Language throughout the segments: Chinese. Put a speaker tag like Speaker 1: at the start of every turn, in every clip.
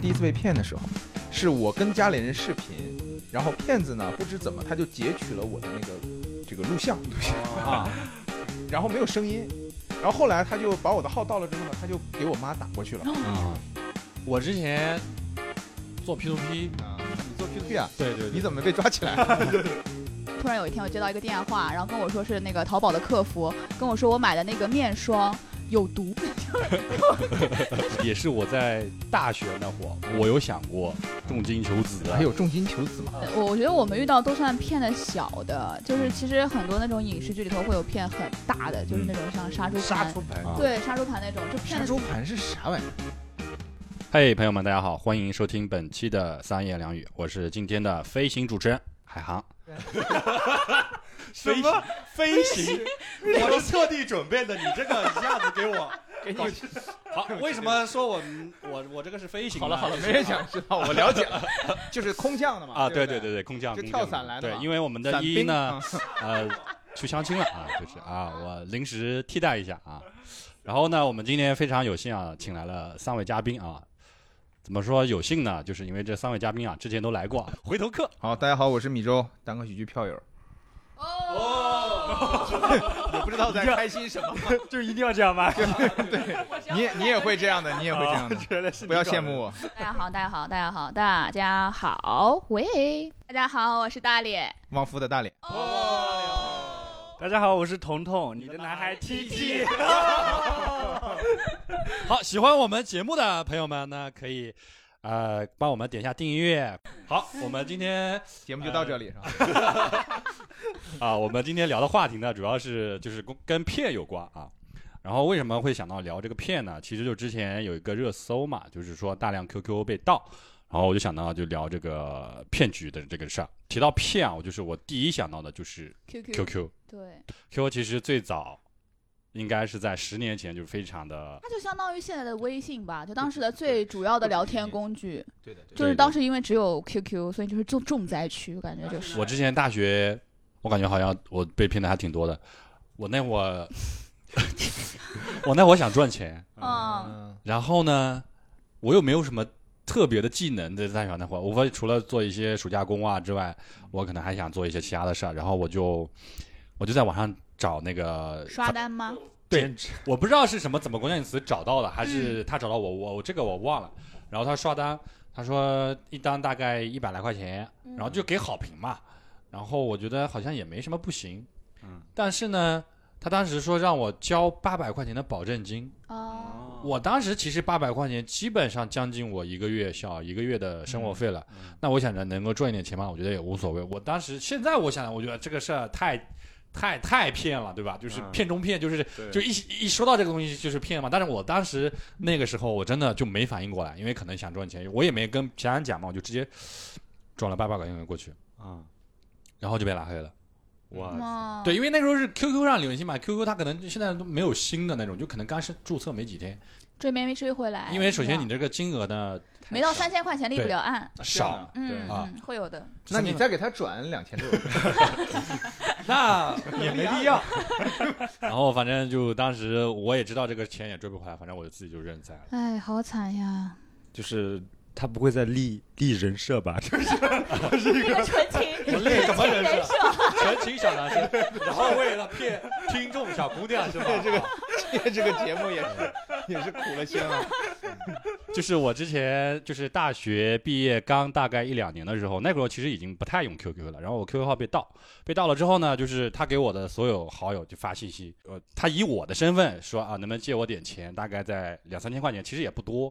Speaker 1: 第一次被骗的时候，是我跟家里人视频，然后骗子呢不知怎么他就截取了我的那个这个录像，
Speaker 2: 啊，
Speaker 1: 然后没有声音，然后后来他就把我的号盗了之后呢，他就给我妈打过去了。
Speaker 2: 嗯，我之前做 P to P，
Speaker 1: 你做 P to P 啊？
Speaker 2: 对对
Speaker 1: 你怎么没被抓起来？
Speaker 3: 突然有一天，我接到一个电话，然后跟我说是那个淘宝的客服跟我说我买的那个面霜有毒，
Speaker 2: 也是我在大学那会儿，我有想过重金求子啊
Speaker 1: 还，有重金求子嘛？
Speaker 3: 呃我我觉得我们遇到都算骗的小的，就是其实很多那种影视剧里头会有骗很大的，就是那种像杀猪盘，
Speaker 1: 盘
Speaker 2: 啊
Speaker 3: 对杀猪盘那种，就骗
Speaker 1: 杀
Speaker 3: 的
Speaker 1: 猪盘是啥玩意儿？
Speaker 2: 嘿，朋友们，大家好，欢迎收听本期的三言两语，我是今天的飞行主持人海航。
Speaker 4: 什么飞行？我是特地准备的，你这个一下子给我 给你好，为什么说我们我我这个是飞行呢？就是
Speaker 1: 没人想知道，我了解 了，就是空降的嘛。
Speaker 2: 啊，对
Speaker 1: 对
Speaker 2: 对
Speaker 1: 不
Speaker 2: 对对，空降
Speaker 1: 就
Speaker 2: 空
Speaker 1: 跳
Speaker 2: 降
Speaker 1: 伞来的
Speaker 2: 对
Speaker 1: 嘛，
Speaker 2: 因为我们
Speaker 1: 伞
Speaker 2: 的依依
Speaker 1: 兵啊
Speaker 2: 呢，呃，去相亲了啊，就是啊，我临时替代一下啊。然后呢，我们今天非常有幸啊，请来了三位嘉宾啊。怎么说有幸呢？就是因为这三位嘉宾啊，之前都来过啊回头客。
Speaker 1: 好，大家好，我是米粥，单口喜剧票友。
Speaker 3: 哦
Speaker 1: 也不知道在开心什么。
Speaker 5: 就一定要这样 吗？
Speaker 1: 你也你也会这样的，你也会这样的，
Speaker 5: 原来是
Speaker 1: 不要羡慕我。
Speaker 3: 大家好，大家好，大家好，大家好，喂，大家好，我是大脸。
Speaker 1: 旺夫的大脸，
Speaker 3: 哦，
Speaker 5: 大家好，我是彤彤，你的男孩 T T。
Speaker 2: 好，喜欢我们节目的朋友们呢，可以呃帮我们点一下订阅。好，我们今天
Speaker 1: 节目就到这里是吧？
Speaker 2: 啊，我们今天聊的话题呢，主要是就是跟跟骗有关啊。然后为什么会想到聊这个骗呢？其实就之前有一个热搜嘛，就是说大量 QQ 被盗，然后我就想到就聊这个骗局的这个事儿。提到骗啊，我就是我第一想到的就是
Speaker 3: QQ
Speaker 2: QQ。
Speaker 3: 对，
Speaker 2: QQ 其实最早应该是在十年前，就是非常的
Speaker 3: 它就相当于现在的微信吧，就当时的最主要的聊天工具，
Speaker 1: 对的，对
Speaker 3: 就是当时因为只有 QQ，所以就是重重灾区，我感觉就是。
Speaker 2: 我之前大学，我感觉好像我被骗的还挺多的。我那会儿， 我那会儿想赚钱，
Speaker 3: 嗯，
Speaker 1: 嗯，
Speaker 2: 然后呢，我又没有什么特别的技能在大学那会儿，我发现除了做一些暑假工啊之外，我可能还想做一些其他的事儿，然后我就我就在网上找那个
Speaker 3: 刷单吗？
Speaker 2: 对
Speaker 1: 兼职，
Speaker 2: 我不知道是什么怎么关键词找到的，还是他找到我，我我这个我忘了。然后他刷单，他说一单大概一百来块钱，
Speaker 3: 嗯
Speaker 2: 然后就给好评嘛。然后我觉得好像也没什么不行，
Speaker 4: 嗯，
Speaker 2: 但是呢，他当时说让我交八百块钱的保证金，
Speaker 3: 哦，
Speaker 2: 我当时其实八百块钱基本上将近我一个月小一个月的生活费了。
Speaker 4: 嗯
Speaker 2: 那我想着能够赚一点钱嘛，我觉得也无所谓。我当时现在我想想，我觉得这个事儿太。太太骗了，对吧？就是
Speaker 4: 嗯
Speaker 2: 骗中骗，就是
Speaker 4: 对
Speaker 1: 啊
Speaker 2: 就一一说到这个东西就是骗嘛。但是我当时那个时候我真的就没反应过来，因为可能想赚钱，我也没跟其他人讲嘛，我就直接转了八百块钱过去，
Speaker 1: 嗯
Speaker 4: 啊，
Speaker 2: 然后就被拉黑了。
Speaker 4: 哇
Speaker 3: 哇，
Speaker 2: 对，因为那时哦候是 QQ 上流行嘛，QQ 它可能现在都没有新的那种，就可能刚是注册没几天。
Speaker 3: 追没没追回来，
Speaker 2: 因为首先你这个金额呢
Speaker 3: 没到三千块钱立不了案，
Speaker 2: 少，
Speaker 3: 嗯
Speaker 2: 啊
Speaker 3: 嗯，会有的。
Speaker 1: 那你再给他转两千六，
Speaker 4: 那也没必要。
Speaker 2: 然后反正就当时我也知道这个钱也追不回来，反正我就自己就认栽了。
Speaker 3: 哎，好惨呀！
Speaker 5: 就是他不会再立立人设吧？
Speaker 3: 这个纯情，
Speaker 2: 我累什么人
Speaker 3: 人
Speaker 2: 设？全情小男生，然后为了骗听众小姑娘是吧？这 个
Speaker 1: 这个节目也 是也是苦了心啊了。
Speaker 2: 就是我之前就是大学毕业刚大概一两年的时候，那个时候其实已经不太用 QQ 了。然后我 QQ 号被盗，被盗了之后呢，就是他给我的所有好友就发信息，呃，他以我的身份说啊，能不能借我点钱，大概在两三千块钱，其实也不多。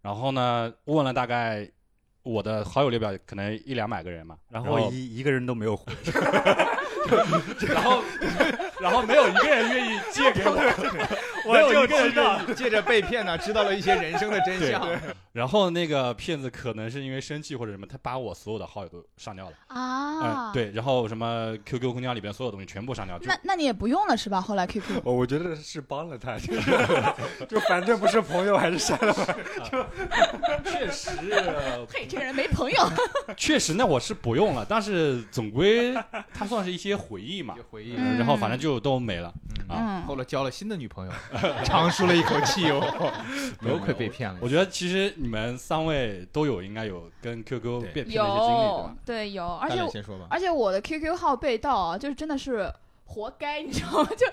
Speaker 2: 然后呢，问了大概我的好友列表可能一两百个人嘛，然
Speaker 5: 然
Speaker 2: 后
Speaker 5: 后一一个人都没有回，
Speaker 2: 然 后然后没有一个人愿意借给我， 没有一个人愿意。
Speaker 1: 借着被骗呢，知道了一些人生的真相。啊
Speaker 2: 然后那个骗子可能是因为生气或者什么，他把我所有的好友都上掉了。
Speaker 3: 啊
Speaker 2: 嗯，。对，然后什么 QQ 空间里边所有东西全部删掉，就
Speaker 3: 那那你也不用了是吧？后来 QQ
Speaker 5: 哦我我觉得是帮了他，就是 就反正不是朋友还是删了吧。
Speaker 2: 确实
Speaker 3: 嘿，这个人没朋 友。
Speaker 2: 啊确实，那我是不用了，但是总归它算是一些回忆嘛。
Speaker 1: 回忆
Speaker 3: 嗯
Speaker 2: 然后反正就就都没了。啊
Speaker 3: 嗯
Speaker 1: 后来交了新的女朋友， 长舒了一口气 哦，
Speaker 2: 没有
Speaker 1: 多亏被骗了。
Speaker 2: 我觉得其实你们三位都有应该有跟 QQ
Speaker 1: 对
Speaker 2: 变骗的一些经历，对
Speaker 3: 有
Speaker 2: 吧？
Speaker 3: 对有，
Speaker 1: 大
Speaker 3: 而且
Speaker 1: 脸
Speaker 3: 我
Speaker 1: 先说吧，
Speaker 3: 而且我的 QQ 号被盗啊，就是真的是活该，你知道吗？ 就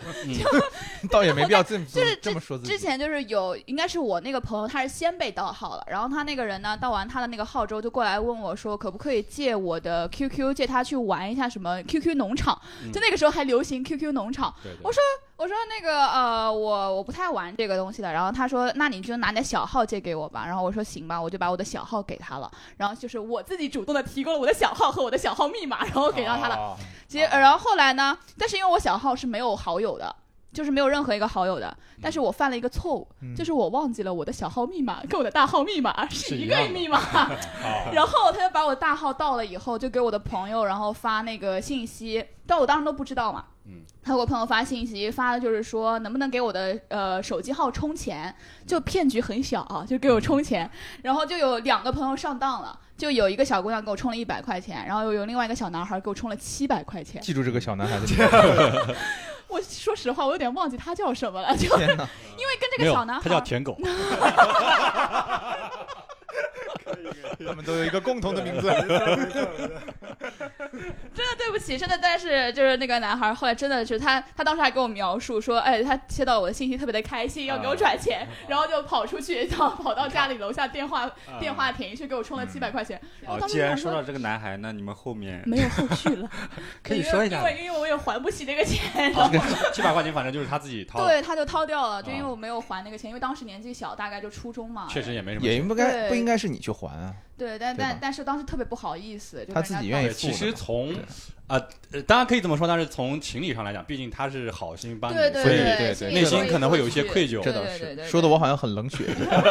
Speaker 1: 倒也没必要这么
Speaker 3: 就是
Speaker 1: 这么说自己。
Speaker 3: 之前就是有，应该是我那个朋友，他是先被盗号了，然后他那个人呢，盗完他的那个号之后，就过来问我说，可不可以借我的 QQ，借他去玩一下什么 QQ 农场，
Speaker 2: 嗯
Speaker 3: 就那个时候还流行 QQ 农场。
Speaker 2: 对对
Speaker 3: 我我说那个呃，我我不太玩这个东西的。然后他说，那你就拿你的小号借给我吧。然后我说行吧，我就把我的小号给他了。然后就是我自己主动的提供了我的小号和我的小号密码，然后给到他了。
Speaker 2: 了。
Speaker 3: 结、呃然后后来呢，但是因为我小号是没有好友的，就是没有任何一个好友的。但是我犯了一个错误，
Speaker 1: 嗯
Speaker 3: 就是我忘记了我的小号密码 跟我的大号密码是
Speaker 2: 是
Speaker 3: 一
Speaker 2: 一
Speaker 3: 个
Speaker 2: 样的
Speaker 3: 密码。
Speaker 2: 好，
Speaker 3: 然后他就把我大号盗了以后，就给我的朋友，然后发那个信息，但我当时都不知道嘛。
Speaker 2: 嗯，
Speaker 3: 他给我朋友发信息，发的就是说能不能给我的呃手机号充钱，就骗局很小啊，就给我充钱，然后就有两个朋友上当了，就有一个小姑娘给我充了一百块钱，然后又有另外一个小男孩给我充了七百块钱。
Speaker 1: 记住这个小男 孩的名
Speaker 3: 我说实话，我有点忘记他叫什么了，就
Speaker 1: 字，天哪！
Speaker 3: 因为 跟这
Speaker 2: 没
Speaker 3: 个
Speaker 2: 有
Speaker 3: 小男，
Speaker 2: 他
Speaker 3: 孩
Speaker 2: 叫舔狗。
Speaker 1: 他们都有一个共同的名字。
Speaker 3: 真的对不起，真的，但是就是那个男孩，后来真的是他，他当时还跟我描述说，哎，他接到我的信息特别的开心，要给
Speaker 6: 啊
Speaker 3: 我转钱，然后就跑出去，然后跑到家里楼下电
Speaker 6: 啊
Speaker 3: 话、
Speaker 2: 嗯
Speaker 3: 电
Speaker 2: 啊
Speaker 3: 话亭去给我充了
Speaker 1: 嗯
Speaker 3: 几百块钱。我
Speaker 6: 哦，
Speaker 3: 当时
Speaker 6: 既然
Speaker 3: 想
Speaker 6: 说到这个男孩，那你们后面
Speaker 5: 嗯
Speaker 3: 没有 后续了，
Speaker 5: 可以
Speaker 3: 因为
Speaker 5: 说一下
Speaker 3: 因
Speaker 5: 吗
Speaker 3: 为因为我也还不起那个钱，
Speaker 2: 好，七百块钱反正就是他自己掏的，
Speaker 3: 对，他就掏掉了，
Speaker 6: 啊
Speaker 3: 就因为我没有还那个钱，因为当时年纪小，大概就初中嘛。
Speaker 2: 确实也没什么
Speaker 1: 也
Speaker 2: 钱。
Speaker 1: 应该
Speaker 3: 对
Speaker 1: 不应该是你去还啊？
Speaker 3: 对，但
Speaker 1: 对吧
Speaker 3: 但但是当时特别不好意思，就
Speaker 1: 他
Speaker 3: 跟人
Speaker 1: 自己
Speaker 3: 家
Speaker 1: 愿意
Speaker 2: 对，
Speaker 1: 付
Speaker 2: 其
Speaker 1: 的
Speaker 2: 实从
Speaker 1: 对
Speaker 2: 啊、呃，当然可以这么说，但是从情理上来讲，毕竟他是好心帮你，
Speaker 3: 对对
Speaker 2: 所以
Speaker 1: 对
Speaker 3: 对
Speaker 1: 对
Speaker 2: 内心可能会有一些愧疚。
Speaker 1: 这倒
Speaker 3: 对对对对
Speaker 1: 是，
Speaker 3: 对
Speaker 1: 说的我好像很冷血 一样。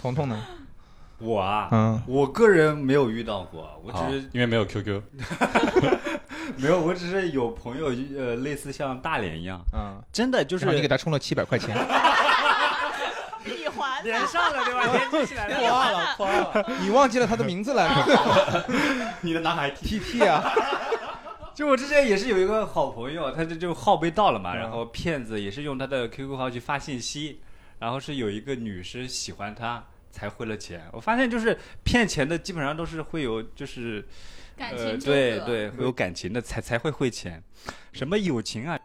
Speaker 1: 彤彤呢？
Speaker 6: 我啊，
Speaker 1: 嗯，
Speaker 6: 我个人没有遇到过，我
Speaker 5: 哦
Speaker 2: 啊
Speaker 6: 只是
Speaker 2: 因为没有 QQ，
Speaker 6: 没有，我只是有朋友呃，类似像大脸一样，
Speaker 1: 嗯，
Speaker 6: 真的就
Speaker 1: 就是你给他充了七百块钱，
Speaker 3: 闭环
Speaker 6: 连上了 对吧？连接起来
Speaker 3: 破案了
Speaker 6: 破案了！
Speaker 1: 你忘记了他的名字 了
Speaker 6: 你的男孩
Speaker 1: ？T T 啊，
Speaker 6: 就我之前也是有一个好朋友，他这就号被盗了嘛，
Speaker 1: 嗯
Speaker 6: 然后骗子也是用他的 QQ 号去发信息，然后是有一个女生喜欢他才汇了钱。我发现就是骗钱的基本上都是会有就是
Speaker 3: 感
Speaker 6: 呃
Speaker 3: 情纠
Speaker 6: 对
Speaker 3: 葛，
Speaker 6: 对会有感情的才才会汇钱，什么友情啊。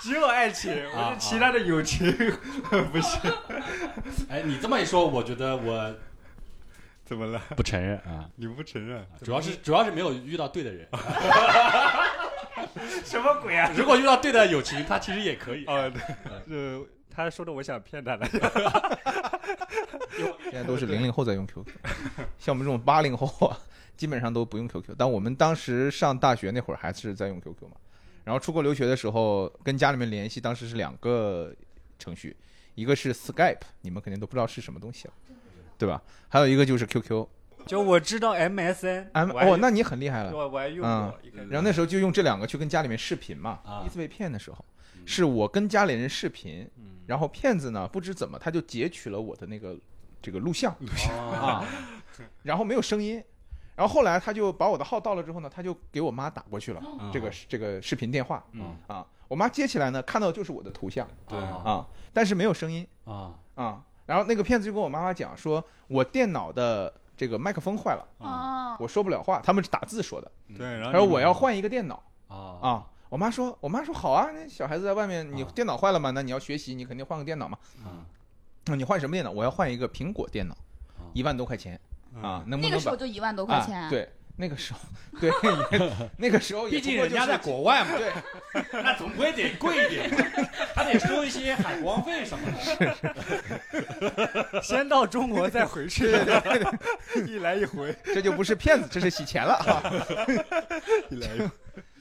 Speaker 6: 只有爱情，我
Speaker 2: 啊
Speaker 6: 是其他的友情不是
Speaker 2: 哎，你这么一说，我觉得我
Speaker 6: 怎么了？
Speaker 2: 不承认啊，
Speaker 6: 你不承认？
Speaker 2: 主要是主要是没有遇到对的人。
Speaker 6: 什么鬼啊？
Speaker 2: 如果遇到对的友情，他其实也 可以。
Speaker 6: 哦， 对呃，他说的我想骗他来着。
Speaker 1: 现在都是零零后在用 QQ，像我们这种八零后啊，基本上都不用 QQ。但我们当时上大学那会儿还是在用 QQ 嘛，然后出国留学的时候跟家里面联系，当时是两个程序，一个是 Skype，你们肯定都不知道是什么东西了，对吧？还有一个就是 QQ。
Speaker 6: 就我知道 MSN，
Speaker 1: M
Speaker 6: 我还
Speaker 1: 哦，那你很厉害了。
Speaker 6: 我我还用过，一开始
Speaker 1: 然后那时候就用这两个去跟家里面视频嘛。
Speaker 2: 啊
Speaker 1: 第一次被骗的时候，
Speaker 2: 嗯
Speaker 1: 是我跟家里人视频，
Speaker 6: 嗯
Speaker 1: 然后骗子呢不知怎么他就截取了我的那个这个录像
Speaker 2: 啊，
Speaker 1: 然后没有声音。然后后来他就把我的号盗了之后呢，他就给我妈打过去了
Speaker 2: 哦
Speaker 6: 嗯
Speaker 1: 这个这个视频电话
Speaker 2: 嗯
Speaker 1: 啊。我妈接起来呢，看到就是我的图像
Speaker 6: 对
Speaker 2: 啊
Speaker 1: 啊，但是没有声音
Speaker 2: 啊
Speaker 1: 啊。然后那个骗子就跟我妈妈讲说，我电脑的这个麦克风坏了，
Speaker 3: 哦，
Speaker 1: 我说不了话，他们是打字说的。
Speaker 6: 对，然后
Speaker 1: 他说我要换一个电脑，
Speaker 2: 啊
Speaker 1: 啊，我妈说，我妈说好啊，那小孩子在外面，你
Speaker 2: 啊
Speaker 1: 电脑坏了嘛，那你要学习，你肯定换个电脑嘛。
Speaker 2: 啊！
Speaker 1: 那你换什么电脑？我要换一个苹果电脑，一万多块钱
Speaker 2: 嗯
Speaker 1: 啊，，能不
Speaker 3: 那个
Speaker 1: 能
Speaker 3: 时
Speaker 1: 把
Speaker 3: 候就一万多块钱，
Speaker 1: 啊？，对，那个时候，对， 也那个时候也
Speaker 2: 毕竟
Speaker 1: 不过
Speaker 2: 人家
Speaker 1: 就是
Speaker 2: 在国外 嘛，
Speaker 1: 对，
Speaker 2: 那总归得贵一点， 他得收一些海光费什么的。
Speaker 6: 先到中国再回去， 一来一回，
Speaker 1: 这就不是骗子，这是洗钱了啊。
Speaker 6: 一来一回。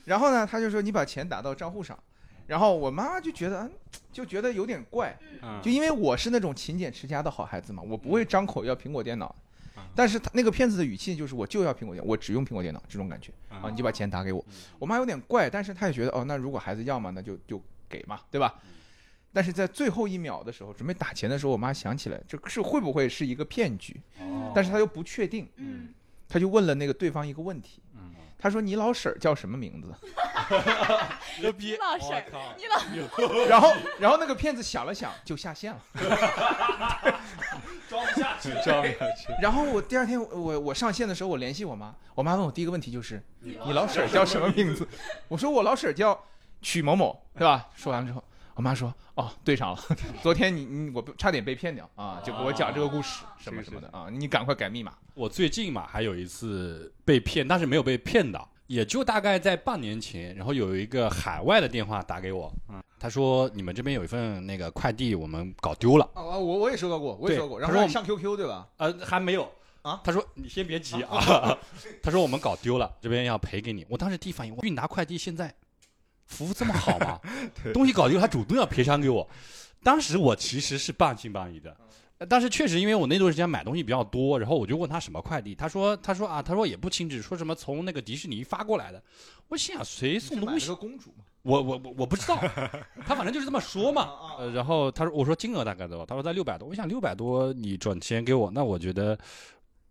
Speaker 1: 然后呢，他就说你把钱打到账户上，然后我妈就觉得，嗯就觉得有点怪，
Speaker 2: 嗯
Speaker 1: 就因为我是那种勤俭持家的好孩子嘛，我不会张口要苹果电脑
Speaker 6: 嗯。
Speaker 1: 但是他那个骗子的语气就是我就要苹果电，我只用苹果电脑这种感觉
Speaker 6: 嗯
Speaker 1: 啊，你就把钱打给我
Speaker 2: 嗯。
Speaker 1: 我妈有点怪，但是她也觉得哦，那如果孩子要嘛，那就就给嘛，对吧？但是在最后一秒的时候，准备打钱的时候，我妈想起来这是会不会是
Speaker 2: 哦
Speaker 1: 一个骗局，但是她又不确定，
Speaker 3: 嗯，
Speaker 1: 她就问了那个对方一个问题
Speaker 2: 嗯，
Speaker 1: 他说你老婶儿叫什么名字？
Speaker 2: 牛逼！
Speaker 3: 老
Speaker 2: 我
Speaker 3: 婶儿
Speaker 2: 靠，
Speaker 3: 你老
Speaker 1: 然后然后那个骗子想了想就下线了。
Speaker 2: 装不下去，
Speaker 4: 装
Speaker 6: 哎
Speaker 4: 下去。
Speaker 1: 然后我第二天我我上线的时候我联系我妈，我妈问我第一个问题就是你
Speaker 3: 你
Speaker 1: 老婶儿叫什么名字？我说我老婶儿叫曲某某，对吧？说完了之后，我妈说哦，对上了， 昨天你你我差点被骗掉啊，就给我讲这个故事什么什么的啊，你赶快改密码。
Speaker 2: 我最近嘛，还有一次被骗，但是没有被骗到，也就大概在半年前，然后有一个海外的电话打给我，嗯，他说你们这边有一份那个快递，我们搞丢了，
Speaker 1: 啊，我我也收到过，我也收到过，
Speaker 2: 对
Speaker 1: 然
Speaker 2: 他说
Speaker 1: 后
Speaker 2: 我
Speaker 1: 你上 QQ 对吧？
Speaker 2: 呃，还没有
Speaker 1: 啊。
Speaker 2: 他说：“你先别急啊。” 他说：“我们搞丢了，这边要赔给你。”我当时第一反应，我运拿快递现在服务这么好 吗？东西搞丢了，还主动要赔偿给我。当时我其实是半信半疑
Speaker 1: 嗯
Speaker 2: 的，呃但是确实因为我那段时间买东西比较多，然后我就问他什么快递，他说他说啊，他说也不清楚，说什么从那个迪士尼发过来的。我心想谁送东
Speaker 1: 你是
Speaker 2: 西
Speaker 1: 买了？个公主嘛，
Speaker 2: 我我我我不知道，他反正就是这么说嘛。
Speaker 1: 啊
Speaker 2: 呃，然后他说，我说金额大概多少？他说在六百多。我想六百多，你转钱给我，那我觉得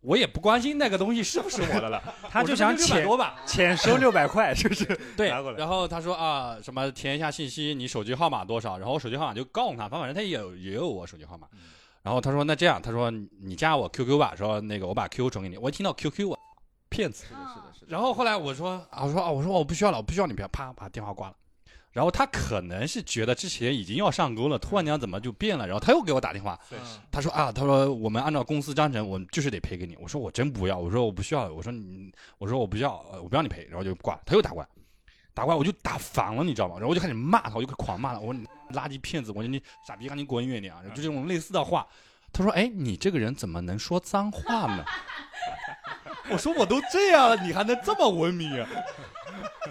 Speaker 2: 我也不关心那个东西是不是我的了，
Speaker 5: 他就想
Speaker 2: 六百
Speaker 5: 浅
Speaker 2: 多吧。
Speaker 5: 浅收六百块，就是
Speaker 2: 对
Speaker 5: 拿过，来
Speaker 2: 然后他说啊，什么填一下信息，你手机号码多少？然后我手机号码就告诉他，反正他也有也有我手机号
Speaker 5: 嗯
Speaker 2: 码。然后他说那这样，他说你你加我 QQ 吧，说那个我把 QQ 转给你。我一听到 QQ，我骗子。
Speaker 1: 是
Speaker 2: 然后后来我说啊，我说啊，我说我不需要了，我不需要你，不要，啪把电话挂了。然后他可能是觉得之前已经要上钩了，突然间怎么就变了？然后他又给我打电话，他说啊，他说我们按照公司章程，我们就是得赔给你。我说我真不要，我说我不需要，我说你，我说我不要，呃我不要你赔，然后就挂。他又打过来，打过来我就打烦了，你知道吗？然后我就开始骂他，我就狂骂他，我说你垃圾骗子，我说你傻逼，赶紧滚远点啊！就这种类似的话。他说：“哎，你这个人怎么能说脏话呢？” 我说：“我都这样了，你还能这么文明啊？”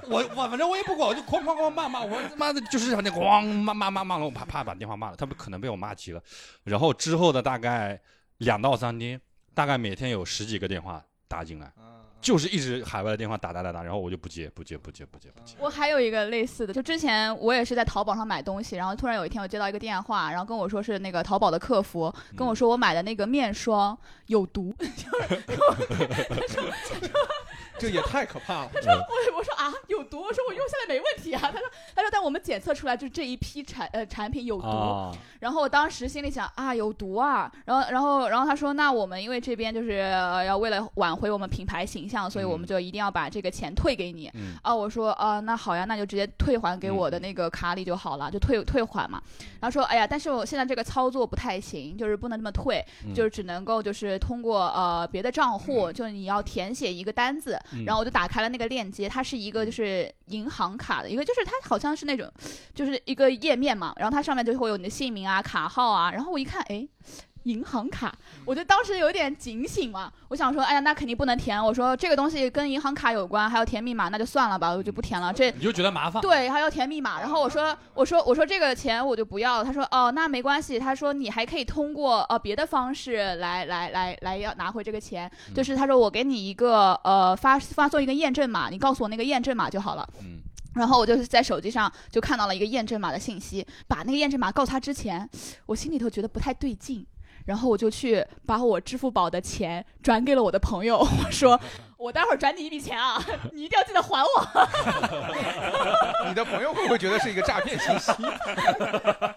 Speaker 2: 我我反正我也不管，我就哐哐哐骂骂，我他妈的就是那哐骂骂骂骂了，我啪啪把电话骂了，他们可能被我骂急了。然后之后的大概两到三天，大概每天有十几个电话打进来，
Speaker 3: 嗯
Speaker 2: 就是一直海外的电话打打打打，然后我就不接不接不接不接不接。
Speaker 3: 我还有一个类似的，就之前我也是在淘宝上买东西，然后突然有一天我接到一个电话，然后跟我说是那个淘宝的客服跟我说我买的那个面霜有毒，
Speaker 1: 这也太可怕了。
Speaker 3: 我我说啊有毒，我说我用下来没问题啊，他说他说但我们检测出来就是这一批产呃产品有毒，
Speaker 2: 啊，
Speaker 3: 然后我当时心里想啊，有毒啊！然后，然后，然后他说，那我们因为这边就是、呃要为了挽回我们品牌形象，所以我们就一定要把这个钱退给你。
Speaker 2: 嗯
Speaker 3: 啊，我说啊，那好呀，那就直接退还给我的
Speaker 2: 嗯
Speaker 3: 那个卡里就好了，就退退还嘛。然后说，哎呀，但是我现在这个操作不太行，就是不能这么退，
Speaker 2: 嗯
Speaker 3: 就是只能够就是通过呃别的账户，就是你要填写一个单子，
Speaker 2: 嗯
Speaker 3: 然后我就打开了那个链接，它是一个就是银行卡的一个，就是它好像是那种，就是一个页面嘛，然后它上面就会有你的姓名啊、卡号啊，然后我一看，哎。银行卡，我就当时有点警醒嘛，我想说，哎呀，那肯定不能填。我说这个东西跟银行卡有关，还要填密码，那就算了吧，我就不填了。这
Speaker 2: 你就觉得麻烦，
Speaker 3: 对，还要填密码。然后我说，我说，我说这个钱我就不要了。他说，哦，那没关系。他说你还可以通过呃别的方式来来来来要拿回这个钱，就是他说我给你一个呃发发送一个验证码，你告诉我那个验证码就好了。
Speaker 2: 嗯，
Speaker 3: 然后我就是在手机上就看到了一个验证码的信息，把那个验证码告诉他之前，我心里头觉得不太对劲，然后我就去把我支付宝的钱转给了我的朋友，我说我待会儿转你一笔钱啊， 你一定要记得还我。
Speaker 1: 你的朋友会不会觉得是一个诈骗信息？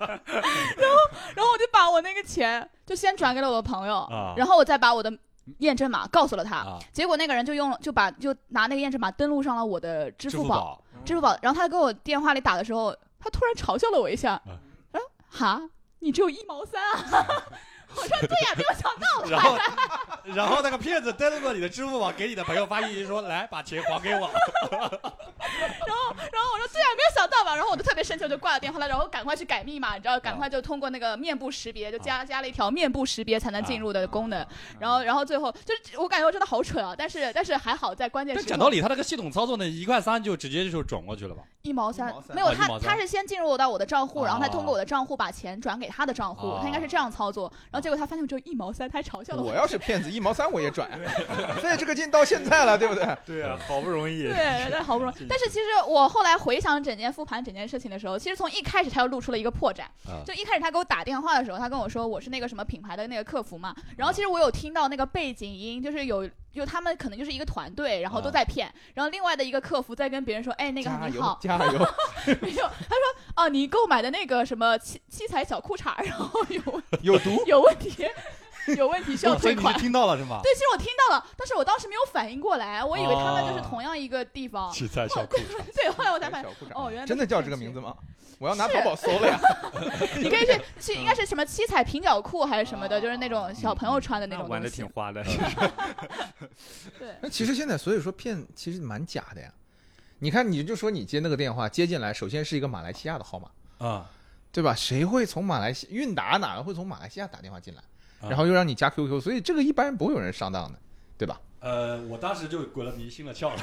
Speaker 3: 然后我就把我那个钱就先转给了我的朋友，
Speaker 2: 啊
Speaker 3: 然后我再把我的验证码告诉了他。
Speaker 2: 啊，
Speaker 3: 结果那个人就用就把就拿那个验证码登录上了我的支
Speaker 2: 支
Speaker 3: 付
Speaker 2: 付
Speaker 3: 宝，
Speaker 2: 宝
Speaker 3: 支付宝。然后他给我电话里打的时候，他突然嘲笑了我一下，
Speaker 2: 啊
Speaker 3: 他说：“哈，你只有一毛三啊！” 我说：“对呀、没 有想到。
Speaker 2: 然 后，然后那个骗子登录了你的支付宝，给你的朋友发信息说：“来，把钱还给我。
Speaker 3: 然后我说：“对呀、啊没有想到吧？”然后我就特别生气，我就挂了电话了，然后赶快去改密码，你知道，赶
Speaker 2: 啊
Speaker 3: 快就通过那个面部识别，就加加了一条面部识别才能进入的功
Speaker 2: 啊
Speaker 3: 能。然后，然后最后就是我感觉我真的好蠢啊！但是，但是还好在关”键
Speaker 2: 但
Speaker 3: 时刻，
Speaker 2: 讲道理，他那个系统操作呢，一块三就直接就转过去了吧？
Speaker 3: 一毛三
Speaker 1: 一毛三
Speaker 3: 没有
Speaker 2: 啊一
Speaker 3: 他，
Speaker 2: 毛三
Speaker 3: 他是先进入到我的账户，
Speaker 2: 哦
Speaker 3: 然后再通过我的账户把钱转给他的账户
Speaker 2: 哦，
Speaker 3: 他应该是这样操作。然后结果他发现我只有一毛三，他还嘲笑了
Speaker 1: 我要是骗子，一毛三我也转。 所以这个劲到现在了，对不对？
Speaker 5: 对啊，好不容易
Speaker 3: 对，但好不容易。但是其实我后来回回想整件复盘整件事情的时候，其实从一开始他就露出了一个破绽。
Speaker 2: 啊
Speaker 3: 就一开始他给我打电话的时候，他跟我说我是那个什么品牌的那个客服
Speaker 4: 啊
Speaker 3: 嘛，然后其实我有听到那个背景音，就是有。就他们可能就是一个团队，然后
Speaker 4: 啊
Speaker 3: 都在骗，然后另外的一个客服在跟别人说：“哎，那个
Speaker 1: 加
Speaker 3: 你
Speaker 1: 油
Speaker 3: 好，
Speaker 1: 加油！
Speaker 3: 没有。”他说：“哦，你购买的那个什么七七彩小裤衩，然后有，
Speaker 1: 有毒
Speaker 3: 有问题，有问题需要
Speaker 4: 哦所以
Speaker 3: 退
Speaker 4: 你
Speaker 3: 款
Speaker 4: 是。”听到了是吗？
Speaker 3: 对，其实我听到了，但是我当时没有反应过来，我以为他们
Speaker 4: 哦
Speaker 3: 就是同样一个地方。
Speaker 2: 七彩小裤衩，
Speaker 3: 对，后来我才发
Speaker 1: 哎小
Speaker 3: 现，
Speaker 1: 裤
Speaker 3: 哦，
Speaker 1: 衩，啊
Speaker 3: 原来
Speaker 1: 真的
Speaker 3: 的
Speaker 1: 叫这个名字吗？我要拿淘宝搜了呀。
Speaker 3: 你可以去去，应该是什么七彩平角裤还是什么的，就是那种小朋友穿的那
Speaker 6: 那
Speaker 3: 种
Speaker 6: 玩
Speaker 3: 东
Speaker 6: 的
Speaker 3: 西
Speaker 6: 挺。花的。
Speaker 3: 对，
Speaker 1: 那其实现在所以说骗其实蛮假的呀。你看，你就说你接那个电话接进来，首先是一个马来西亚的号码，
Speaker 2: 啊，
Speaker 1: 对吧？谁会从马来西韵达哪个会从马来西亚打电话进来，
Speaker 2: 啊
Speaker 1: 然后又让你加 QQ，所以这个一般人不会有人上 当的，对吧？
Speaker 2: 呃，我当时就滚了迷信了 窍了，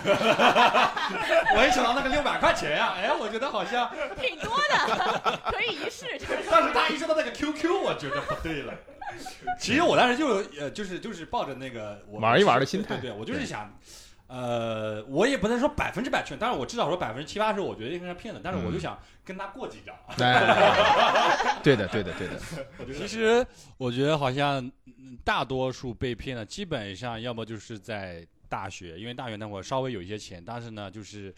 Speaker 4: 我一想到那个六百块钱呀、哎，我觉得好像，
Speaker 3: 挺多的，可以一试。就是
Speaker 4: 但是他一说到那个 QQ，我觉得不对 了。
Speaker 2: 其实我当时就呃就是就是抱着那个我
Speaker 1: 玩一玩的心态
Speaker 2: 对对对，我就是想。呃，我也不能说百分之百劝，但是我至少说百分之七八十，我觉得应该是骗的。但是我
Speaker 1: 嗯
Speaker 2: 就想跟他过几招，
Speaker 1: 哎，对的，对的，对的，
Speaker 2: 其实我觉得好像嗯大多数被骗的，基本上要么就是在大学，因为大学那会儿稍微有一些钱，但是呢，就是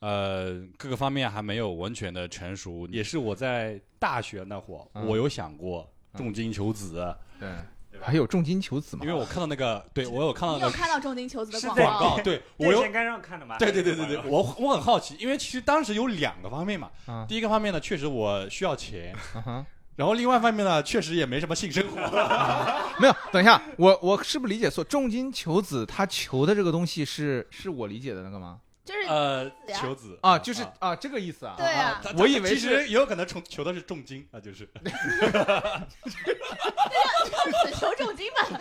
Speaker 2: 呃各个方面还没有完全的成熟。也是我在大学那会儿，
Speaker 1: 嗯
Speaker 2: 我有想过
Speaker 1: 嗯
Speaker 2: 重金求子，
Speaker 1: 对。还有重金求子嘛
Speaker 2: 因？为我看到那个，对我有看到
Speaker 3: 你
Speaker 2: 那
Speaker 3: 有
Speaker 2: 个
Speaker 3: 看到重金求子的
Speaker 6: 是
Speaker 3: 广
Speaker 6: 在
Speaker 2: 广
Speaker 3: 告？
Speaker 2: 告， 对我
Speaker 6: 对
Speaker 2: 有
Speaker 6: 钱该让看的嘛。
Speaker 2: 对对对对对，我我很好奇，因为其实当时有两个方面嘛，
Speaker 1: 啊
Speaker 2: 第一个方面呢，确实我需要钱，
Speaker 1: 嗯哼，
Speaker 2: 然后另外一方面呢，确实也没什么性生活。
Speaker 1: 没有。等一下，我我是不是理解错？重金求子，他求的这个东西是是我理解的那个吗？
Speaker 3: 就是
Speaker 2: 呃，
Speaker 3: 子呀
Speaker 2: 求子
Speaker 1: 啊，就是啊，这个意思啊。
Speaker 3: 对啊，
Speaker 2: 他
Speaker 1: 我以为
Speaker 2: 其实也有可能求求的是重金啊，就是
Speaker 3: 子求重金吧。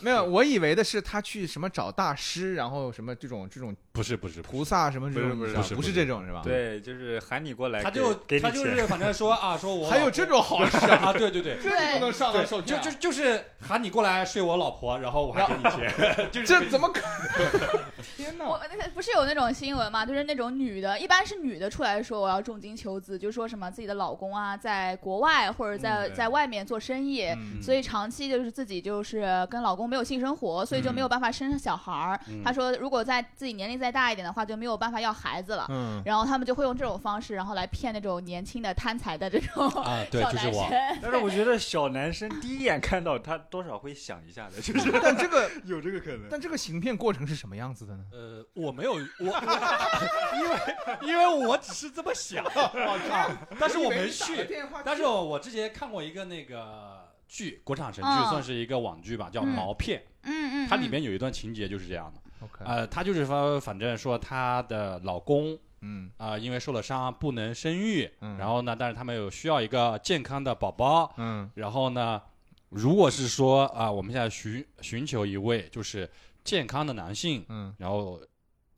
Speaker 1: 没有，我以为的是他去什么找大师，然后什么这种这种
Speaker 2: 不是不是不
Speaker 1: 菩萨什么这种
Speaker 6: 不是
Speaker 1: 意思啊
Speaker 2: 不是
Speaker 1: 不
Speaker 2: 不
Speaker 1: 是
Speaker 2: 是
Speaker 1: 这种是吧？，
Speaker 6: 对，就是喊你过来
Speaker 2: 是，他
Speaker 6: 给，
Speaker 2: 就
Speaker 6: 哎给
Speaker 2: 他
Speaker 6: 你
Speaker 2: 就是
Speaker 6: 钱。
Speaker 2: 反正说啊，说我
Speaker 1: 还有这种好事，
Speaker 2: 种啊，对对 对。
Speaker 1: 这你都能上当受
Speaker 2: 对，就
Speaker 1: 骗啊，
Speaker 2: 就就是喊你过来睡我老婆，然后我还给你钱， 就是
Speaker 1: 这怎么可？天哪！
Speaker 3: 我那不是有那种新闻嘛，就是那种女的，一般是女的出来说我要重金求子，就说什么自己的老公啊，在国外或者在
Speaker 2: 嗯对
Speaker 3: 在外面做生意，
Speaker 1: 嗯
Speaker 3: 所以长期就是自己就是跟老公没有性生活，所以就没有办法生小孩儿。
Speaker 2: 嗯
Speaker 3: 她说，如果在自己年龄再大一点的话，就没有办法要孩子了。
Speaker 1: 嗯，
Speaker 3: 然后他们就会用这种方式，然后来骗那种年轻的贪财的这种 小
Speaker 2: 啊，对，
Speaker 3: 男
Speaker 2: 就是
Speaker 3: 生。
Speaker 2: 我，
Speaker 6: 但是我觉得小男生第一眼看到他多少会想一下的，就是
Speaker 1: 但这个
Speaker 6: 有这个可能。
Speaker 1: 但这个行骗过程是什么样子的呢？
Speaker 2: 呃，我没有我，因为因为我只是这么想，啊，但是我没去。但是我之前看过一个那个剧，国产神剧，
Speaker 3: 嗯
Speaker 2: 算是一个网剧吧，叫《
Speaker 3: 嗯
Speaker 2: 毛片》，
Speaker 3: 嗯嗯，
Speaker 2: 它里面有一段情节就是这样的。
Speaker 1: OK，
Speaker 2: 呃，她就是说，反正说她的老公
Speaker 1: 嗯
Speaker 2: 啊、因为受了伤不能生育，
Speaker 1: 嗯
Speaker 2: 然后呢，但是他们有需要一个健康的宝宝，
Speaker 1: 嗯
Speaker 2: 然后呢，如果是说啊、我们现在寻寻求一位就是健康的男性，
Speaker 1: 嗯
Speaker 2: 然后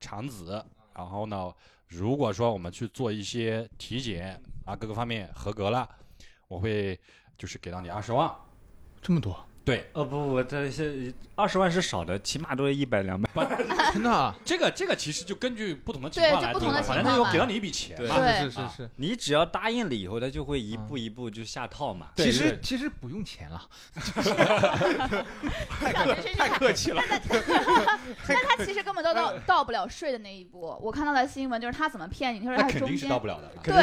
Speaker 2: 产子，然后呢，如果说我们去做一些体检啊，各个方面合格了，我会就是给到你二十万，
Speaker 1: 这么多，
Speaker 2: 对，
Speaker 6: 哦不不，他是二十万是少的，起码都一百两百。
Speaker 1: 真的啊？
Speaker 2: 这个这个其实就根据不同的情
Speaker 3: 对
Speaker 2: 况
Speaker 3: 就
Speaker 2: 来
Speaker 3: 不
Speaker 2: 定
Speaker 3: 同
Speaker 2: 了，
Speaker 3: 的
Speaker 2: 反
Speaker 3: 情
Speaker 2: 正他
Speaker 3: 况
Speaker 2: 有
Speaker 3: 嘛
Speaker 2: 给到你一笔钱
Speaker 6: 对
Speaker 2: 嘛，
Speaker 3: 对
Speaker 1: 啊是是是
Speaker 2: 啊
Speaker 1: 是。
Speaker 6: 你只要答应了以后，他就会一步一步就下套 嘛。
Speaker 1: 其
Speaker 2: 对
Speaker 1: 实
Speaker 2: 对
Speaker 1: 其实不用钱了，
Speaker 3: 太客气了。但他其实根本都到到不了税的那一步。我看到的新闻就是他怎么骗你，就是
Speaker 2: 那
Speaker 3: 他
Speaker 2: 肯
Speaker 3: 中
Speaker 2: 定是到啊嗯
Speaker 3: 间
Speaker 2: 不了的。
Speaker 3: 对，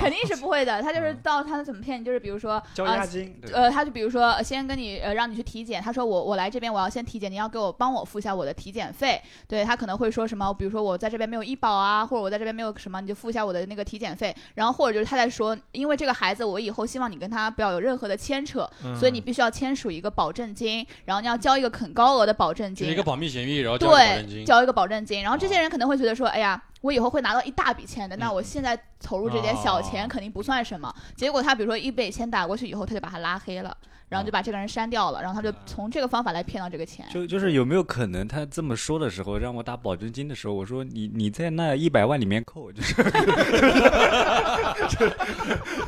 Speaker 3: 肯定是不会的。他就是到他怎么骗你，就是比如说
Speaker 6: 交
Speaker 3: 啊
Speaker 6: 押金，对
Speaker 3: 呃，他就比如说呃先跟你呃让你去体检，他说我我来这边我要先体检，你要给我帮我付一下我的体检费。对他可能会说什么，比如说我在这边没有医保啊，或者我在这边没有什么，你就付一下我的那个体检费。然后或者就是他在说，因为这个孩子我以后希望你跟他不要有任何的牵扯，
Speaker 2: 嗯
Speaker 3: 所以你必须要签署一个保证金，然后你要交一个很高额的保证
Speaker 2: 就是
Speaker 3: 金
Speaker 2: 一个。保密协议，然后交一个保证
Speaker 3: 对，
Speaker 2: 金。
Speaker 3: 交一个保证金，然后这些人可能会觉得说，哎呀，我以后会拿到一大笔钱的，那我现在投入这点小钱肯定不算什么。结果他比如说一笔钱打过去以后，他就把他拉黑了，然后就把这个人删掉了，然后他就从这个方法来骗到这个钱。
Speaker 6: 就就是有没有可能他这么说的时候，让我打保证金的时候，我说你你在那一百万里面扣，就是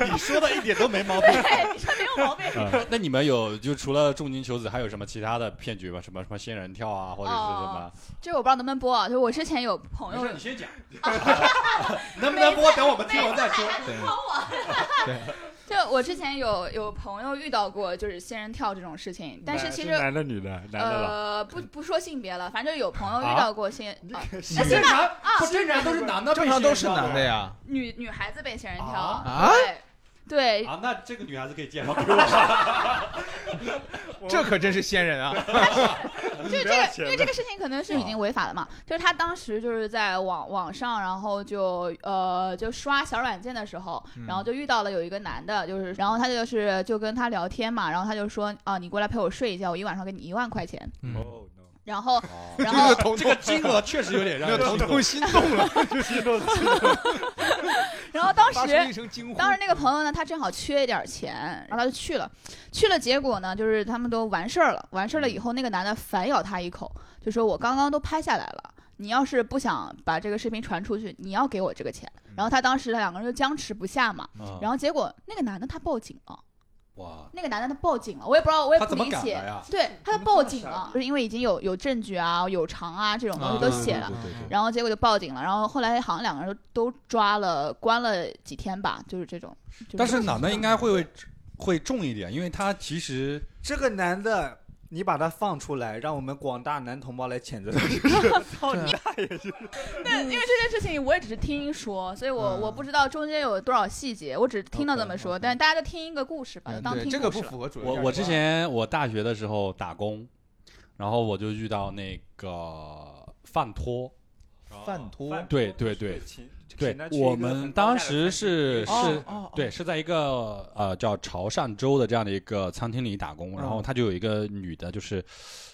Speaker 2: 你说的一点都没毛 病。
Speaker 3: 对，哎你说没有毛病。
Speaker 2: 那你们有就除了重金求子，还有什么其他的骗局吗？什么什么仙人跳啊，或者是什么？
Speaker 3: 这个我不知道能不能播啊，就我之前有朋
Speaker 2: 没事，
Speaker 3: 友
Speaker 2: 你先讲。
Speaker 4: 能不能播？等我们听完再说。
Speaker 1: 对
Speaker 3: 就我之前有有朋友遇到过就是仙人跳这种事情，但是其实
Speaker 5: 男的女的，男的了，
Speaker 3: 呃不不说性别了，反正有朋友遇到过仙、啊
Speaker 4: 那正常不正常都是男的被信任到的，
Speaker 1: 正常都是男的呀。
Speaker 3: 女女孩子被仙人跳，
Speaker 1: 啊
Speaker 3: 对对，
Speaker 4: 啊，那这个女孩子可以介绍给我。
Speaker 1: 这可真是仙人啊！
Speaker 3: 就是这个，因为这个事情可能是已经违法了嘛。就是他当时就是在网网上，然后就呃就刷小软件的时候，
Speaker 1: 嗯
Speaker 3: 然后就遇到了有一个男的，就是然后他就是就跟他聊天嘛，然后他就说啊，你过来陪我睡一觉，我一晚上给你一万块钱。
Speaker 6: 哦 no，
Speaker 3: 然后
Speaker 4: 哦
Speaker 3: 然 后
Speaker 4: 这个金额确实有点让
Speaker 1: 那
Speaker 4: 人
Speaker 1: 彤
Speaker 4: 心动
Speaker 1: 彤心动了，
Speaker 3: 然后当
Speaker 1: 发
Speaker 3: 时
Speaker 1: 出一声惊呼。
Speaker 3: 当时那个朋友呢，他正好缺一点钱，然后他就去了。去了，结果呢，就是他们都完事儿了。完事儿了以后，那个男的反咬他一口，就说：“我刚刚都拍下来了，你要是不想把这个视频传出去，你要给我这个钱。”然后他当时两个人就僵持不下嘛。
Speaker 2: 嗯
Speaker 4: 啊
Speaker 3: 然后结果那个男的他报警了，
Speaker 4: 哇，
Speaker 3: 那个男的他报警了，我也不知道，我也
Speaker 4: 他
Speaker 3: 不
Speaker 4: 怎么
Speaker 3: 理
Speaker 4: 敢
Speaker 3: 解
Speaker 4: 来。
Speaker 2: 啊
Speaker 4: 呀？
Speaker 3: 对，他就报警了，就是因为已经有有证据啊、有偿啊这种东西都写了。
Speaker 1: 对对
Speaker 3: 然后结果就报警了，然后后来好像两个人都都抓了，关了几天吧，就是这种。就
Speaker 2: 但
Speaker 3: 这
Speaker 2: 是
Speaker 3: 种
Speaker 2: 男的应该会会重一点，因为他其实
Speaker 5: 这个男的。你把他放出来，让我们广大男同胞来谴责他。
Speaker 3: 但因为这件事情我也只是听说，所以我、
Speaker 1: 嗯
Speaker 3: 我不知道中间有多少细节，我只是听到这么说。但大家就听一个故事吧，就当听故事
Speaker 1: 这个不
Speaker 3: 了
Speaker 1: 符合主流价值
Speaker 2: 我
Speaker 1: 观。
Speaker 2: 我之前我大学的时候打工，然后我就遇到那个饭托，
Speaker 1: 饭托
Speaker 2: 对对对，对我们当时是
Speaker 5: 哦
Speaker 2: 是、对是在一个呃叫潮汕州的这样的一个餐厅里打工，然
Speaker 1: 嗯
Speaker 2: 后他就有一个女的，就是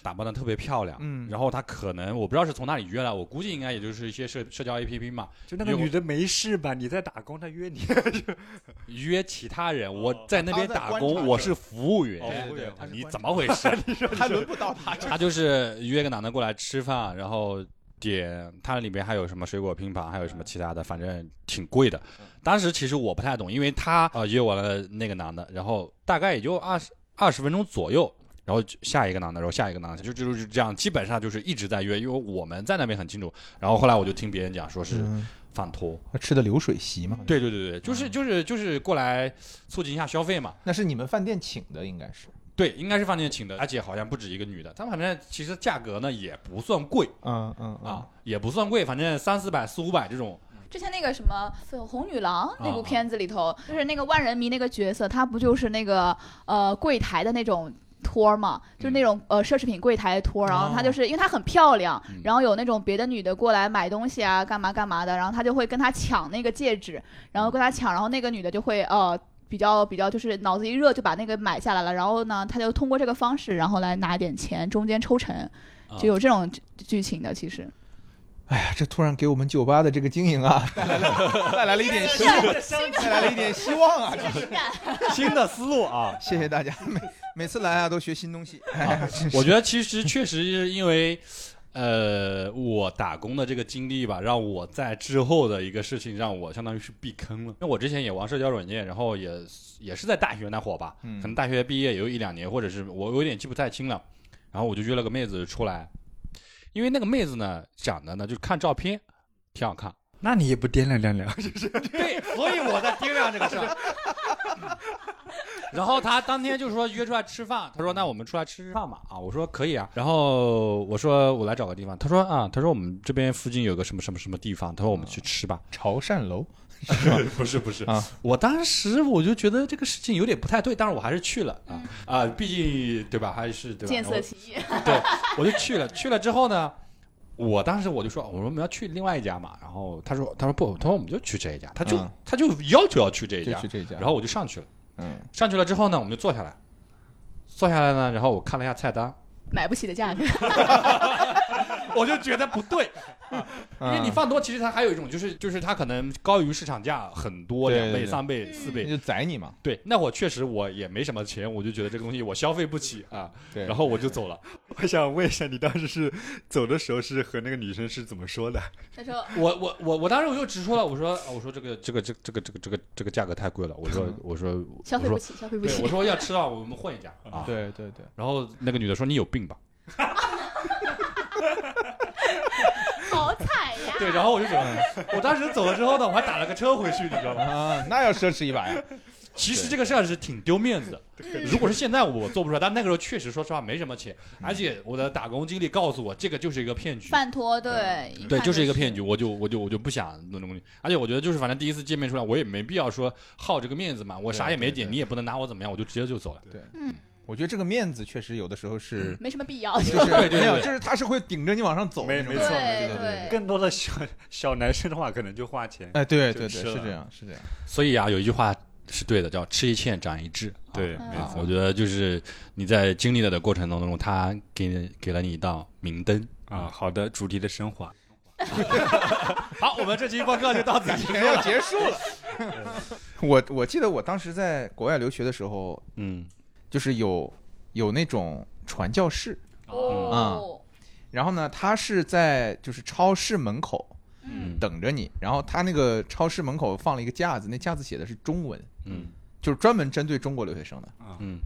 Speaker 2: 打扮的特别漂亮，
Speaker 1: 嗯
Speaker 2: 然后她可能我不知道是从哪里约来，我估计应该也就是一些社社交 APP 嘛，
Speaker 5: 就那个女的没事吧？你在打工，她约 你，
Speaker 2: 约其他人，我在那边
Speaker 1: 她在
Speaker 2: 打
Speaker 1: 观察
Speaker 2: 工，
Speaker 1: 着
Speaker 2: 我是服务员，
Speaker 4: 哦对对
Speaker 1: 她是啊
Speaker 2: 你
Speaker 1: 观
Speaker 2: 怎
Speaker 1: 察
Speaker 2: 么回事？
Speaker 1: 还轮不到他，
Speaker 2: 他就是约个男的过来吃饭，然后点他里面还有什么水果拼盘，还有什么其他的，反正挺贵的。当时其实我不太懂，因为他呃约完了那个男的，然后大概也就二十二十分钟左右。然后就下一个男的，然后下一个男的，就就就是这样，基本上就是一直在约，因为我们在那边很清楚。然后后来我就听别人讲，说是饭托，
Speaker 1: 吃的流水席嘛，
Speaker 2: 对对对对，就是就是就是过来促进一下消费嘛。
Speaker 1: 那是你们饭店请的，应该是
Speaker 2: 对，应该是饭店请的，而且好像不止一个女的。他们反正其实价格呢也不算贵，
Speaker 1: 嗯嗯
Speaker 2: 啊，，也不算贵，反正三四百、四五百这种。
Speaker 3: 之前那个什么《红女郎》
Speaker 2: 啊
Speaker 3: 那部片子里头，就是那个万人迷那个角色，他不就是那个呃柜台的那种。托儿嘛，
Speaker 2: 嗯
Speaker 3: 就是那种呃奢侈品柜台的托儿，然后她就是因为她很漂亮
Speaker 2: 哦嗯，
Speaker 3: 然后有那种别的女的过来买东西啊，干嘛干嘛的，然后她就会跟她抢那个戒指，然后跟她抢，然后那个女的就会呃比较比较就是脑子一热就把那个买下来了，然后呢，她就通过这个方式，然后来拿点钱，中间抽成，
Speaker 2: 啊
Speaker 3: 就有这种剧剧情的，其实
Speaker 1: 哎呀，这突然给我们酒吧的这个经营啊，带来了带来了一点希，带来了一点希望啊！这是
Speaker 5: 新的思路 啊！
Speaker 1: 谢谢大家，每每次来啊都学新东西。 哎，真是
Speaker 2: 啊我觉得其实确实是因为，呃，我打工的这个经历吧，让我在之后的一个事情让我相当于是避坑了。因为我之前也玩社交软件，然后也也是在大学那会儿吧，
Speaker 1: 嗯
Speaker 2: 可能大学毕业也有一两年，或者是我有点记不太清了。然后我就约了个妹子出来，因为那个妹子呢长得呢，就是看照片挺好看，
Speaker 5: 那你也不掂量掂量？
Speaker 4: 对，所以 我在掂量这个事儿。
Speaker 2: 然后他当天就说约出来吃饭，他说那我们出来吃吃饭吧啊，我说可以啊，然后我说我来找个地方，他说啊，他说我们这边附近有个什么什么什么地方，他说我们去吃吧，
Speaker 1: 潮汕楼，
Speaker 2: 嗯 不是不是
Speaker 1: 啊
Speaker 2: 我当时我就觉得这个事情有点不太对，但是我还是去了啊啊，毕竟对吧，还是对吧，
Speaker 3: 见
Speaker 2: 然
Speaker 3: 色
Speaker 2: 后
Speaker 3: 起意。
Speaker 2: 对，我就去了。去了之后呢，我当时我就说，我说我们要去另外一家嘛。然后他说，他说不，他说我们就去这一家，他就、
Speaker 1: 嗯
Speaker 2: 他就要求要去这一
Speaker 1: 就
Speaker 2: 家
Speaker 1: 去。这家。
Speaker 2: 然后我就上去了，
Speaker 1: 嗯，
Speaker 2: 上去了之后呢，我们就坐下来，坐下来呢，然后我看了一下菜单，
Speaker 3: 买不起的价格。
Speaker 2: 我就觉得不 对，因为你
Speaker 1: 嗯
Speaker 2: 饭多，其实它还有一种就是就是它可能高于市场价很多，
Speaker 1: 对
Speaker 2: 两
Speaker 1: 对
Speaker 2: 倍、
Speaker 1: 对
Speaker 2: 三倍、
Speaker 3: 嗯
Speaker 2: 四
Speaker 1: 那
Speaker 2: 倍。
Speaker 1: 就宰你嘛。
Speaker 2: 对，那会儿确实我也没什么钱，我就觉得这个东西我消费不起啊，
Speaker 1: 对，
Speaker 2: 然后我就走了。
Speaker 5: 我想问一下，你当时是走的时候是和那个女生是怎么说的？
Speaker 3: 他说
Speaker 2: 我我我我当时我就直说了，我说我说这个这个这个这个这个这个这个价格太贵了，我说我说
Speaker 3: 消费
Speaker 2: 我
Speaker 3: 不
Speaker 2: 说
Speaker 3: 起，消费不
Speaker 2: 对，
Speaker 3: 起
Speaker 2: 我。说要吃啊，我们换一家啊。，
Speaker 1: 对对对，
Speaker 2: 然后那个女的说你有病吧，
Speaker 3: 好惨呀！
Speaker 2: 对，然后我就走了。我当时走了之后呢，我还打了个车回去，你知道吗？
Speaker 1: 啊，那要奢侈一把呀。
Speaker 2: 其实这个事儿是挺丢面子 的。如果是现在我做不出来，但 那个时候确实说实话没什么钱，而且我的打工经历告诉我，这个就是一个骗局。
Speaker 3: 饭托对，一
Speaker 2: 对，
Speaker 3: 看
Speaker 2: 就是一个骗局，我就我就我就不想弄东西，而且我觉得就是反正第一次见面出来，我也没必要说好这个面子嘛，我啥也没点，
Speaker 1: 对
Speaker 2: 你也不能拿我怎么样，我就直接就走了。
Speaker 1: 嗯我觉得这个面子确实有的时候是，
Speaker 3: 没什么必要。
Speaker 1: 就
Speaker 3: 就是
Speaker 2: 对对对
Speaker 1: 没有，就是他是会顶着你往上走
Speaker 6: 没
Speaker 1: 那种
Speaker 6: 没
Speaker 1: 感
Speaker 6: 错
Speaker 1: 觉。
Speaker 3: 对
Speaker 1: 对对
Speaker 6: 更多的小小男生的话，可能就花钱。
Speaker 1: 哎，对对对，
Speaker 6: 就是是了
Speaker 1: 这样，是这样。
Speaker 2: 所以啊，有一句话是对的，叫吃一堑长一智。啊
Speaker 6: 对，
Speaker 3: 嗯
Speaker 6: 没
Speaker 2: 啊，
Speaker 6: 错。
Speaker 2: 我觉得就是你在经历了的过程当中，他给你给了你一道明灯。
Speaker 6: 啊，好的，主题的升 华。
Speaker 2: 好，我们这期播客就到此
Speaker 1: 可能要结束了。 我我记得我当时在国外留学的时候，
Speaker 2: 嗯，
Speaker 1: 就是有有那种传教士，
Speaker 3: 哦，
Speaker 1: 然后呢，他是在就是超市门口
Speaker 2: 嗯
Speaker 1: 等着你，然后他那个超市门口放了一个架子，那架子写的是中文，
Speaker 2: 嗯
Speaker 1: 就是专门针对中国留学生的。
Speaker 5: 啊
Speaker 2: 嗯，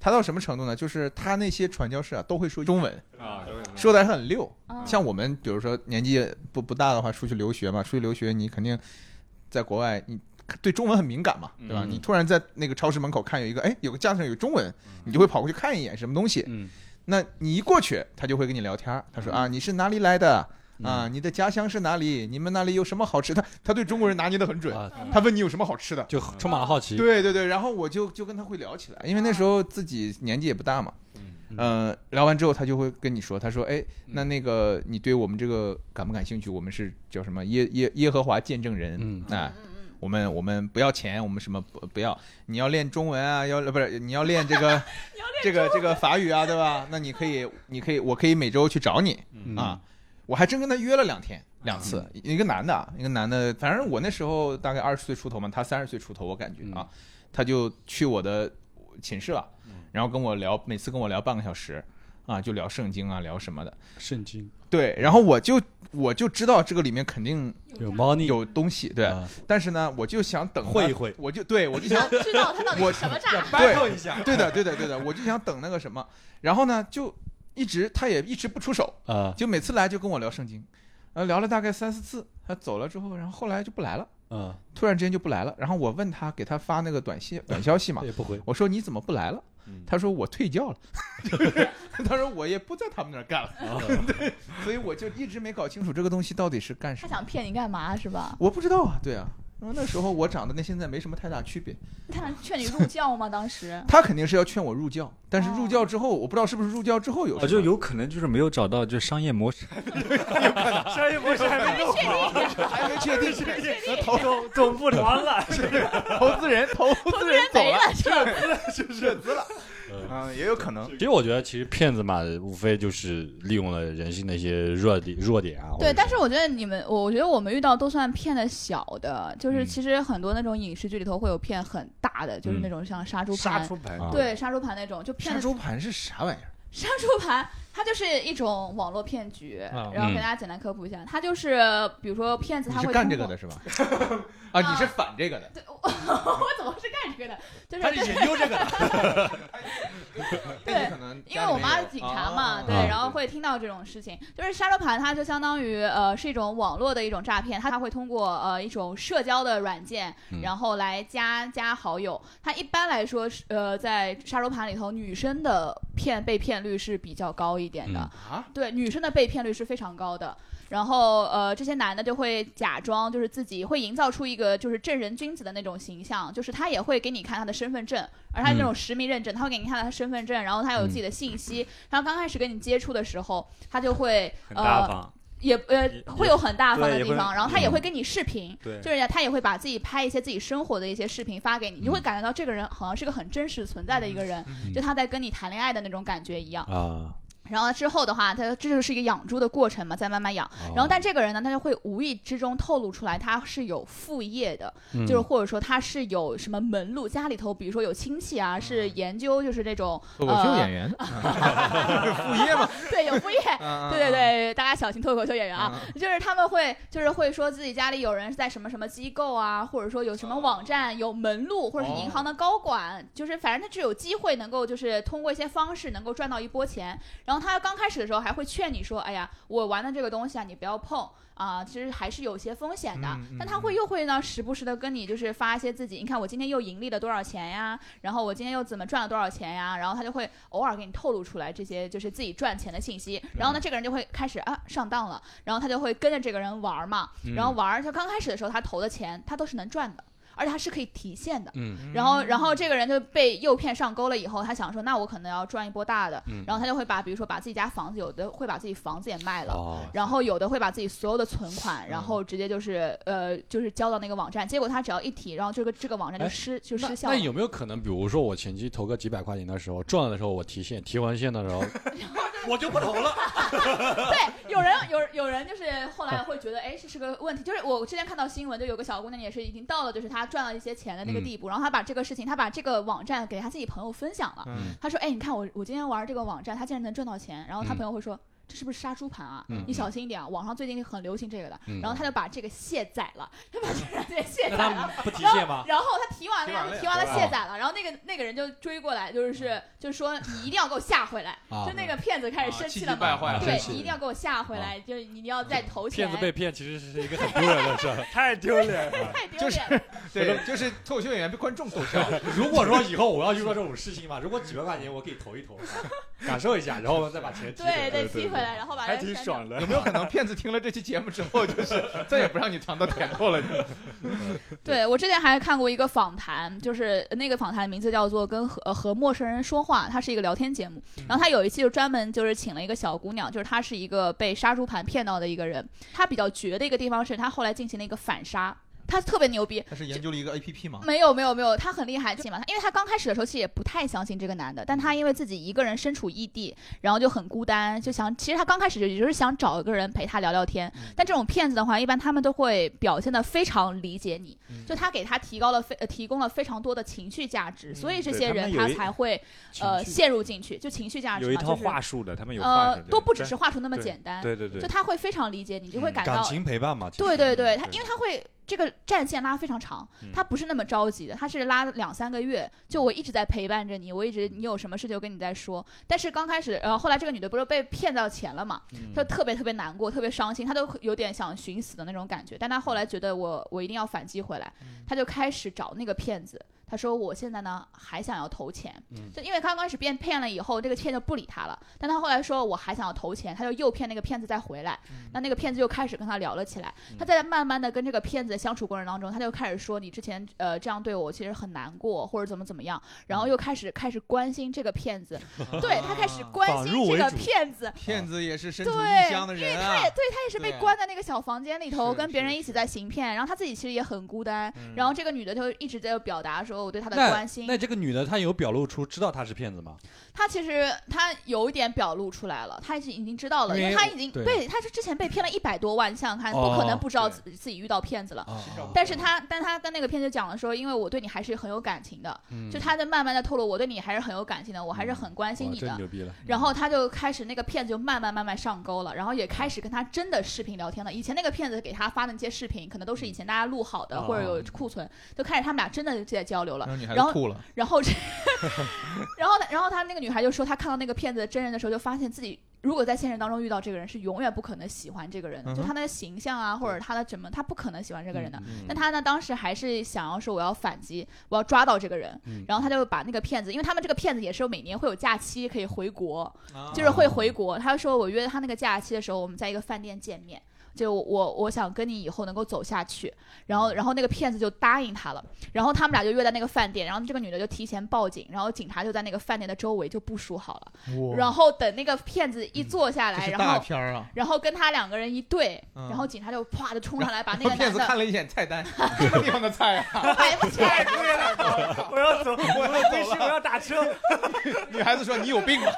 Speaker 1: 他到什么程度呢？就是他那些传教士啊，都会说中文，
Speaker 6: 啊，
Speaker 1: 说的还很溜。
Speaker 3: 嗯
Speaker 1: 像我们比如说年纪不不大的话，出去留学嘛，出去留学你肯定在国外你。对中文很敏感嘛，对吧？
Speaker 2: 嗯
Speaker 1: 你突然在那个超市门口看有一个，哎，有个架子上有中文，你就会跑过去看一眼什么东西。
Speaker 2: 嗯，
Speaker 1: 那你一过去，他就会跟你聊天儿。他说啊，你是哪里来的？
Speaker 2: 嗯
Speaker 1: 啊，你的家乡是哪里？你们那里有什么好吃的？他对中国人拿捏的很准，
Speaker 2: 啊，
Speaker 3: 嗯
Speaker 1: 他问你有什么好吃的。
Speaker 2: 就充满了好奇。
Speaker 1: 对对对，然后我就就跟他会聊起来，因为那时候自己年纪也不大嘛。
Speaker 2: 嗯
Speaker 1: 呃，聊完之后他就会跟你说，他说：“哎，那那个你对我们这个感不感兴趣？我们是叫什么耶耶耶和华见证人，
Speaker 2: 嗯
Speaker 1: 啊，我们我们不要钱，我们什么不不要？你要练中文啊，要不是你要练这 个这个这个法语啊，对吧？那你可以你可以我可以每周去找你
Speaker 2: 嗯
Speaker 1: 啊。我还真跟他约了两天两次，一个男的啊，一个男的，反正我那时候大概二十岁出头嘛，他三十岁出头，我感觉
Speaker 2: 嗯
Speaker 1: 啊，他就去我的寝室了，然后跟我聊，每次跟我聊半个小时啊，就聊圣经啊，聊什么的。
Speaker 2: 圣经
Speaker 1: 对，然后我就我就知道这个里面肯定
Speaker 2: 有猫腻，
Speaker 1: 有东西，对，
Speaker 2: 啊
Speaker 1: 但是呢，我就想等他
Speaker 2: 会一会，
Speaker 1: 我就对我就想
Speaker 3: 想知道他到底是什么诈？
Speaker 1: 对， 对的，对的，对的，我就想等那个什么，然后呢，就一直他也一直不出手，
Speaker 2: 啊
Speaker 1: 就每次来就跟我聊圣经，呃，聊了大概三四次，他走了之后，然后后来就不来了，
Speaker 6: 嗯
Speaker 2: 啊，
Speaker 1: 突然之间就不来了，然后我问他给他发那个短信短消息嘛
Speaker 2: 他，也不回。
Speaker 1: 我说你怎么不来了
Speaker 6: 嗯？
Speaker 1: 他说我退教了， 他说我也不在他们那儿干了，
Speaker 6: 哦
Speaker 1: 对，所以我就一直没搞清楚这个东西到底是干什
Speaker 3: 他
Speaker 1: 么，
Speaker 3: 想骗你干嘛 是吧？
Speaker 1: 我不知道啊，对啊，因为那时候我长得跟现在没什么太大区别，
Speaker 3: 他想劝你入教吗？当时
Speaker 1: 他肯定是要劝我入教，但是
Speaker 3: 哦
Speaker 1: 入教之后，我不知道是不是入教之后有什
Speaker 6: 啊，
Speaker 1: 么，
Speaker 6: 就有可能就是没有找到就商业 模式，
Speaker 5: 商业模式还没弄好，
Speaker 1: 还没确定是
Speaker 5: 投总总部凉 了，
Speaker 1: 投资人，投资人走
Speaker 3: 没
Speaker 1: 了，
Speaker 3: 了是吧？
Speaker 1: 嗯，也有可能，
Speaker 2: 其实我觉得，其实骗子嘛，无非就是利用了人性的一些弱点弱点啊。
Speaker 3: 对，但
Speaker 2: 是
Speaker 3: 是我觉得你们，我我觉得我们遇到都算骗的小的，就是其实很多那种影视剧里头会有骗很大的，就是那种像杀猪
Speaker 6: 杀
Speaker 3: 盘，
Speaker 6: 猪盘
Speaker 2: 啊
Speaker 3: 对杀猪盘那种，就骗
Speaker 1: 杀
Speaker 3: 的
Speaker 1: 猪盘是啥玩意儿？
Speaker 3: 杀猪盘，它就是一种网络骗局。
Speaker 1: 啊嗯
Speaker 3: 然后
Speaker 2: 嗯
Speaker 3: 给大家简单科普一下，它就是比如说骗子
Speaker 1: 你
Speaker 3: 他
Speaker 1: 是
Speaker 3: 会
Speaker 1: 干
Speaker 3: 通
Speaker 1: 这个
Speaker 3: 过
Speaker 1: 的，是吧？ 啊，你是反这 个的，
Speaker 3: 对，我我怎么是干这个的？就是
Speaker 2: 他是研究这个的，
Speaker 1: 那你可能
Speaker 3: 因为我妈是警察嘛，对，
Speaker 2: 啊
Speaker 3: 然后会听到这种事情。就是杀猪盘，它就相当于呃是一种网络的一种诈骗，它它会通过呃一种社交的软件
Speaker 2: 嗯，
Speaker 3: 然后来加加好友。它一般来说是呃在杀猪盘里头，女生的骗被骗率是比较高一点的。
Speaker 2: 嗯
Speaker 1: 啊，
Speaker 3: 对，女生的被骗率是非常高的。然后呃，这些男的就会假装就是自己会营造出一个就是正人君子的那种形象，就是他也会给你看他的身份证，而
Speaker 6: 嗯
Speaker 3: 他那种实名认证，他会给你看他的身份证，然后他有自己的信息。然后刚开始跟你接触的时候，他就会
Speaker 6: 嗯很大
Speaker 3: 呃
Speaker 6: 方，
Speaker 3: 也呃
Speaker 6: 也
Speaker 3: 会有很大方的
Speaker 6: 对也
Speaker 3: 地
Speaker 6: 会嗯
Speaker 3: 方，然后他也会跟你视频。
Speaker 6: 对，
Speaker 3: 就是他也会把自己拍一些自己生活的一些视频发给你，你
Speaker 6: 嗯
Speaker 3: 就会感觉到这个人好像是个很真实存在的一个人，就他在跟你谈恋爱的那种感觉一样。
Speaker 2: 啊。
Speaker 3: 然后之后的话，他这就是一个养猪的过程嘛，再慢慢养。然后，但这个人呢，他就会无意之中透露出来，他是有副业的，
Speaker 2: 嗯
Speaker 3: 就是或者说他是有什么门路，家里头比如说有亲戚啊，是研究就是这种
Speaker 1: 脱口秀演员， 副业 嘛，
Speaker 3: 对有副业，
Speaker 1: 啊
Speaker 3: 对对，对，大家小心脱口秀演员啊！
Speaker 1: 啊
Speaker 3: 就是他们会，就是会说自己家里有人是在什么什么机构啊，或者说有什么网站、有门路，或者是银行的高管，就是反正他是有机会能够就是通过一些方式能够赚到一波钱。然后后他刚开始的时候还会劝你说：“哎呀，我玩的这个东西啊，你不要碰啊，其实还是有些风险的。
Speaker 1: 嗯嗯
Speaker 3: 但他会又会呢，时不时的跟你就是发一些自己，你看我今天又盈利了多少钱呀，然后我今天又怎么赚了多少钱呀，然后他就会偶尔给你透露出来这些就是自己赚钱的信息。
Speaker 1: 嗯
Speaker 3: 然后呢，这个人就会开始啊上当了，然后他就会跟着这个人玩嘛，
Speaker 2: 嗯
Speaker 3: 然后玩儿就刚开始的时候他投的钱他都是能赚的，而且他是可以提现的。
Speaker 2: 嗯
Speaker 3: 然后，然后这个人就被诱骗上钩了以后，他想说，那我可能要赚一波大
Speaker 2: 嗯
Speaker 3: 的，然后他就会把，比如说把自己家房子，有的会把自己房子也卖了，
Speaker 2: 哦，嗯
Speaker 3: 然后有的会把自己所有的存款，然后直接就是呃，就是交到那个网站，结果他只要一提，然后这个这个网站就
Speaker 2: 哎
Speaker 3: 失就
Speaker 2: 那
Speaker 3: 失效
Speaker 2: 那
Speaker 3: 了。
Speaker 2: 有没有可能，比如说我前期投个几百块钱的时候，赚了的时候我提现，提完现的 时候，
Speaker 4: 我就不投了。
Speaker 3: 对，有人有有人就是后来会觉得，哎，这是个问题。就是我之前看到新闻，就有个小姑娘也是已经到了，就是她赚了一些钱的那个地步，然后她把这个事情，她把这个网站给她自己朋友分享了。
Speaker 1: 嗯
Speaker 3: 她说，哎，你看我我今天玩这个网站，她竟然能赚到钱。然后她
Speaker 2: 嗯
Speaker 3: 朋友会说。这是不是杀猪盘啊？
Speaker 2: 嗯
Speaker 3: 你小心一点啊！网上最近很流行这个的，
Speaker 2: 嗯
Speaker 3: 然后她就把这个卸载了，她把这个人卸载
Speaker 4: 那
Speaker 3: 了
Speaker 4: 他。不提现
Speaker 6: 嗯
Speaker 4: 吗？
Speaker 3: 然后他提完
Speaker 5: 提完
Speaker 3: 了，
Speaker 5: 了
Speaker 3: 提完了
Speaker 5: 呀
Speaker 3: 卸载了，然后那个那个人就追过来，就是就说你一定要给我下回来，
Speaker 2: 啊
Speaker 3: 就那个骗子开始生气了
Speaker 1: 啊
Speaker 5: 气急败
Speaker 3: 嘛，
Speaker 5: 坏
Speaker 2: 了生，
Speaker 3: 对
Speaker 2: 气
Speaker 3: 你一定要给我下回来，就是你一定要再投钱
Speaker 2: 啊骗，子被骗其实是一个很丢人的 事儿。
Speaker 5: 太丢脸了。
Speaker 3: 太丢
Speaker 1: 就
Speaker 3: 脸了，
Speaker 1: 对，就是脱口秀演员被观众逗笑，
Speaker 4: 如果说以后我要遇到这种事情嘛，如果几百块钱我可以投一投， 感受一下，然后再把钱提回
Speaker 3: 对
Speaker 4: 来。
Speaker 3: 对，提回来，然后把
Speaker 5: 还
Speaker 3: 它
Speaker 5: 挺
Speaker 3: 删掉。
Speaker 5: 爽的
Speaker 1: 有。没有可能骗子听了这期节目之后，就是 再也不让你尝到甜头了？
Speaker 3: 对我之前还看过一个访谈，就是那个访谈名字叫做《跟和呃和陌生人说话》，它是一个聊天节目。
Speaker 2: 嗯
Speaker 3: 然后他有一期就专门就是请了一个小姑娘，就是她是一个被杀猪盘骗到的一个人。她比较绝的一个地方是，她后来进行了一个反杀，她特别牛逼，
Speaker 1: 他是研究了一个 A P P 吗？
Speaker 3: 没有没有没有，他很厉害，起码他，因为他刚开始的时候其实也不太相信这个男的，但他因为自己一个人身处异地，然后就很孤单，就想，其实他刚开始也就是想找一个人陪他聊聊天。
Speaker 6: 嗯
Speaker 3: 但这种骗子的话，一般他们都会表现的非常理解你，
Speaker 6: 嗯
Speaker 3: 就他给他提高了非、呃提供了非常多的情绪价值，所以这
Speaker 6: 嗯对
Speaker 3: 些
Speaker 6: 他们
Speaker 3: 人
Speaker 6: 有
Speaker 3: 他
Speaker 6: 一
Speaker 3: 才会呃陷入进去，就情绪价值
Speaker 6: 有一
Speaker 3: 嘛，
Speaker 6: 套
Speaker 3: 就是
Speaker 6: 话术的，他们有话
Speaker 3: 呃
Speaker 6: 术的，
Speaker 3: 都不只是话术那么
Speaker 6: 对
Speaker 3: 简单，
Speaker 6: 对对
Speaker 3: 就
Speaker 6: 对，
Speaker 3: 他会非常理解你，就会
Speaker 6: 嗯
Speaker 3: 感
Speaker 2: 感
Speaker 3: 到
Speaker 2: 情陪伴嘛，其实
Speaker 3: 对对对，他
Speaker 6: 对
Speaker 3: 因为他会这个战线拉非常长
Speaker 6: 嗯，
Speaker 3: 他不是那么着急的，他是拉两三个月，就我一直在陪伴着你，我一直你有什么事就跟你在说。但是刚开始，呃，后来这个女的不是被骗到钱了嘛，她就特别特别难过，特别伤心，她都有点想寻死的那种感觉。但她后来觉得我我一定要反击回来，她就开始找那个骗子。她说：“我现在呢还想要投钱，就因为刚开始被骗了以后，这个骗子不理她了。但她后来说我还想要投钱，她就诱骗那个骗子再回来。那那个骗子就开始跟她聊了起来。他在慢慢的跟这个骗子的相处过程当中，他就开始说你之前呃这样对我，其实很难过，或者怎么怎么样，然后又开始开始关心这个骗子，
Speaker 1: 嗯
Speaker 3: 对他开始
Speaker 1: 啊
Speaker 3: 关心这个骗子，
Speaker 1: 骗子也是身处异
Speaker 3: 对，
Speaker 1: 乡的
Speaker 3: 因为
Speaker 1: 人
Speaker 3: 他
Speaker 1: 啊
Speaker 3: 也。对他也是
Speaker 1: 对
Speaker 3: 被
Speaker 1: 啊
Speaker 3: 关在那个小房间里头，
Speaker 1: 是
Speaker 3: 跟别人
Speaker 1: 是
Speaker 3: 一起在行骗，然后他自己其实也很孤单，
Speaker 1: 嗯
Speaker 3: 然后这个女的就一直在表达说我对他的
Speaker 2: 那
Speaker 3: 关心，
Speaker 2: 那这个女的她有表露出知道她是骗子吗？
Speaker 3: 他其实他有一点表露出来了，他已经已经知道了，
Speaker 2: 因
Speaker 3: 因
Speaker 2: 为
Speaker 3: 为他已经
Speaker 2: 对
Speaker 3: 对他是之前被骗了一百多万，你想想看，不可能不知道自自己遇到骗子了。
Speaker 2: 啊，
Speaker 3: 但是他，但他跟那个骗子讲了说，因为我对你还是很有感情的，
Speaker 2: 嗯
Speaker 3: 就他在慢慢的透露我对你还是很有感情的，我还是很关心
Speaker 2: 哇，
Speaker 3: 你
Speaker 2: 哦真
Speaker 3: 的。
Speaker 2: 牛逼了！
Speaker 3: 然后他就开始那个骗子就慢慢慢慢上钩了，然后也开始跟他真的视频聊天了。以前那个骗子给他发的那些视频，可能都是以前大家录好的、或者有库存，就开始他们俩真的在交流
Speaker 1: 然。
Speaker 3: 了
Speaker 1: 后女孩
Speaker 3: 然
Speaker 1: 子
Speaker 3: 后
Speaker 1: 吐了，
Speaker 3: 然后这，然后他，然后他那个女孩就说，她看到那个骗子的真人的时候，就发现自己如果在现实当中遇到这个人，是永远不可能喜欢这个人的，
Speaker 1: 嗯哼
Speaker 3: 就他的形象啊，或者他的怎么，他不可能喜欢这个人的。
Speaker 2: 嗯
Speaker 3: 但他呢，当时还是想要说我要反击，我要抓到这个人。
Speaker 2: 嗯
Speaker 3: 然后他就把那个骗子，因为他们这个骗子也是每年会有假期可以回国，
Speaker 1: 啊
Speaker 3: 就是会回国。他说我约他那个假期的时候，我们在一个饭店见面。就我我想跟你以后能够走下去，
Speaker 1: 嗯
Speaker 3: 然后然后那个骗子就答应他了，然后他们俩就约在那个饭店，然后这个女的就提前报警，然后警察就在那个饭店的周围就部署好了，然后等那个骗子一坐下
Speaker 1: 这
Speaker 3: 来，
Speaker 1: 是
Speaker 3: 然
Speaker 1: 大
Speaker 3: 后
Speaker 1: 片儿啊！
Speaker 3: 然后跟他两个人一对，
Speaker 1: 嗯
Speaker 3: 然后警察就啪就冲上来把那个
Speaker 1: 骗
Speaker 3: 男
Speaker 1: 子
Speaker 3: 的
Speaker 1: 看了一眼菜单，什么地方的菜啊？
Speaker 3: 买 不起来，
Speaker 5: 我要走，我要飞我要打 车。
Speaker 1: 女孩子说：“你有病啊吧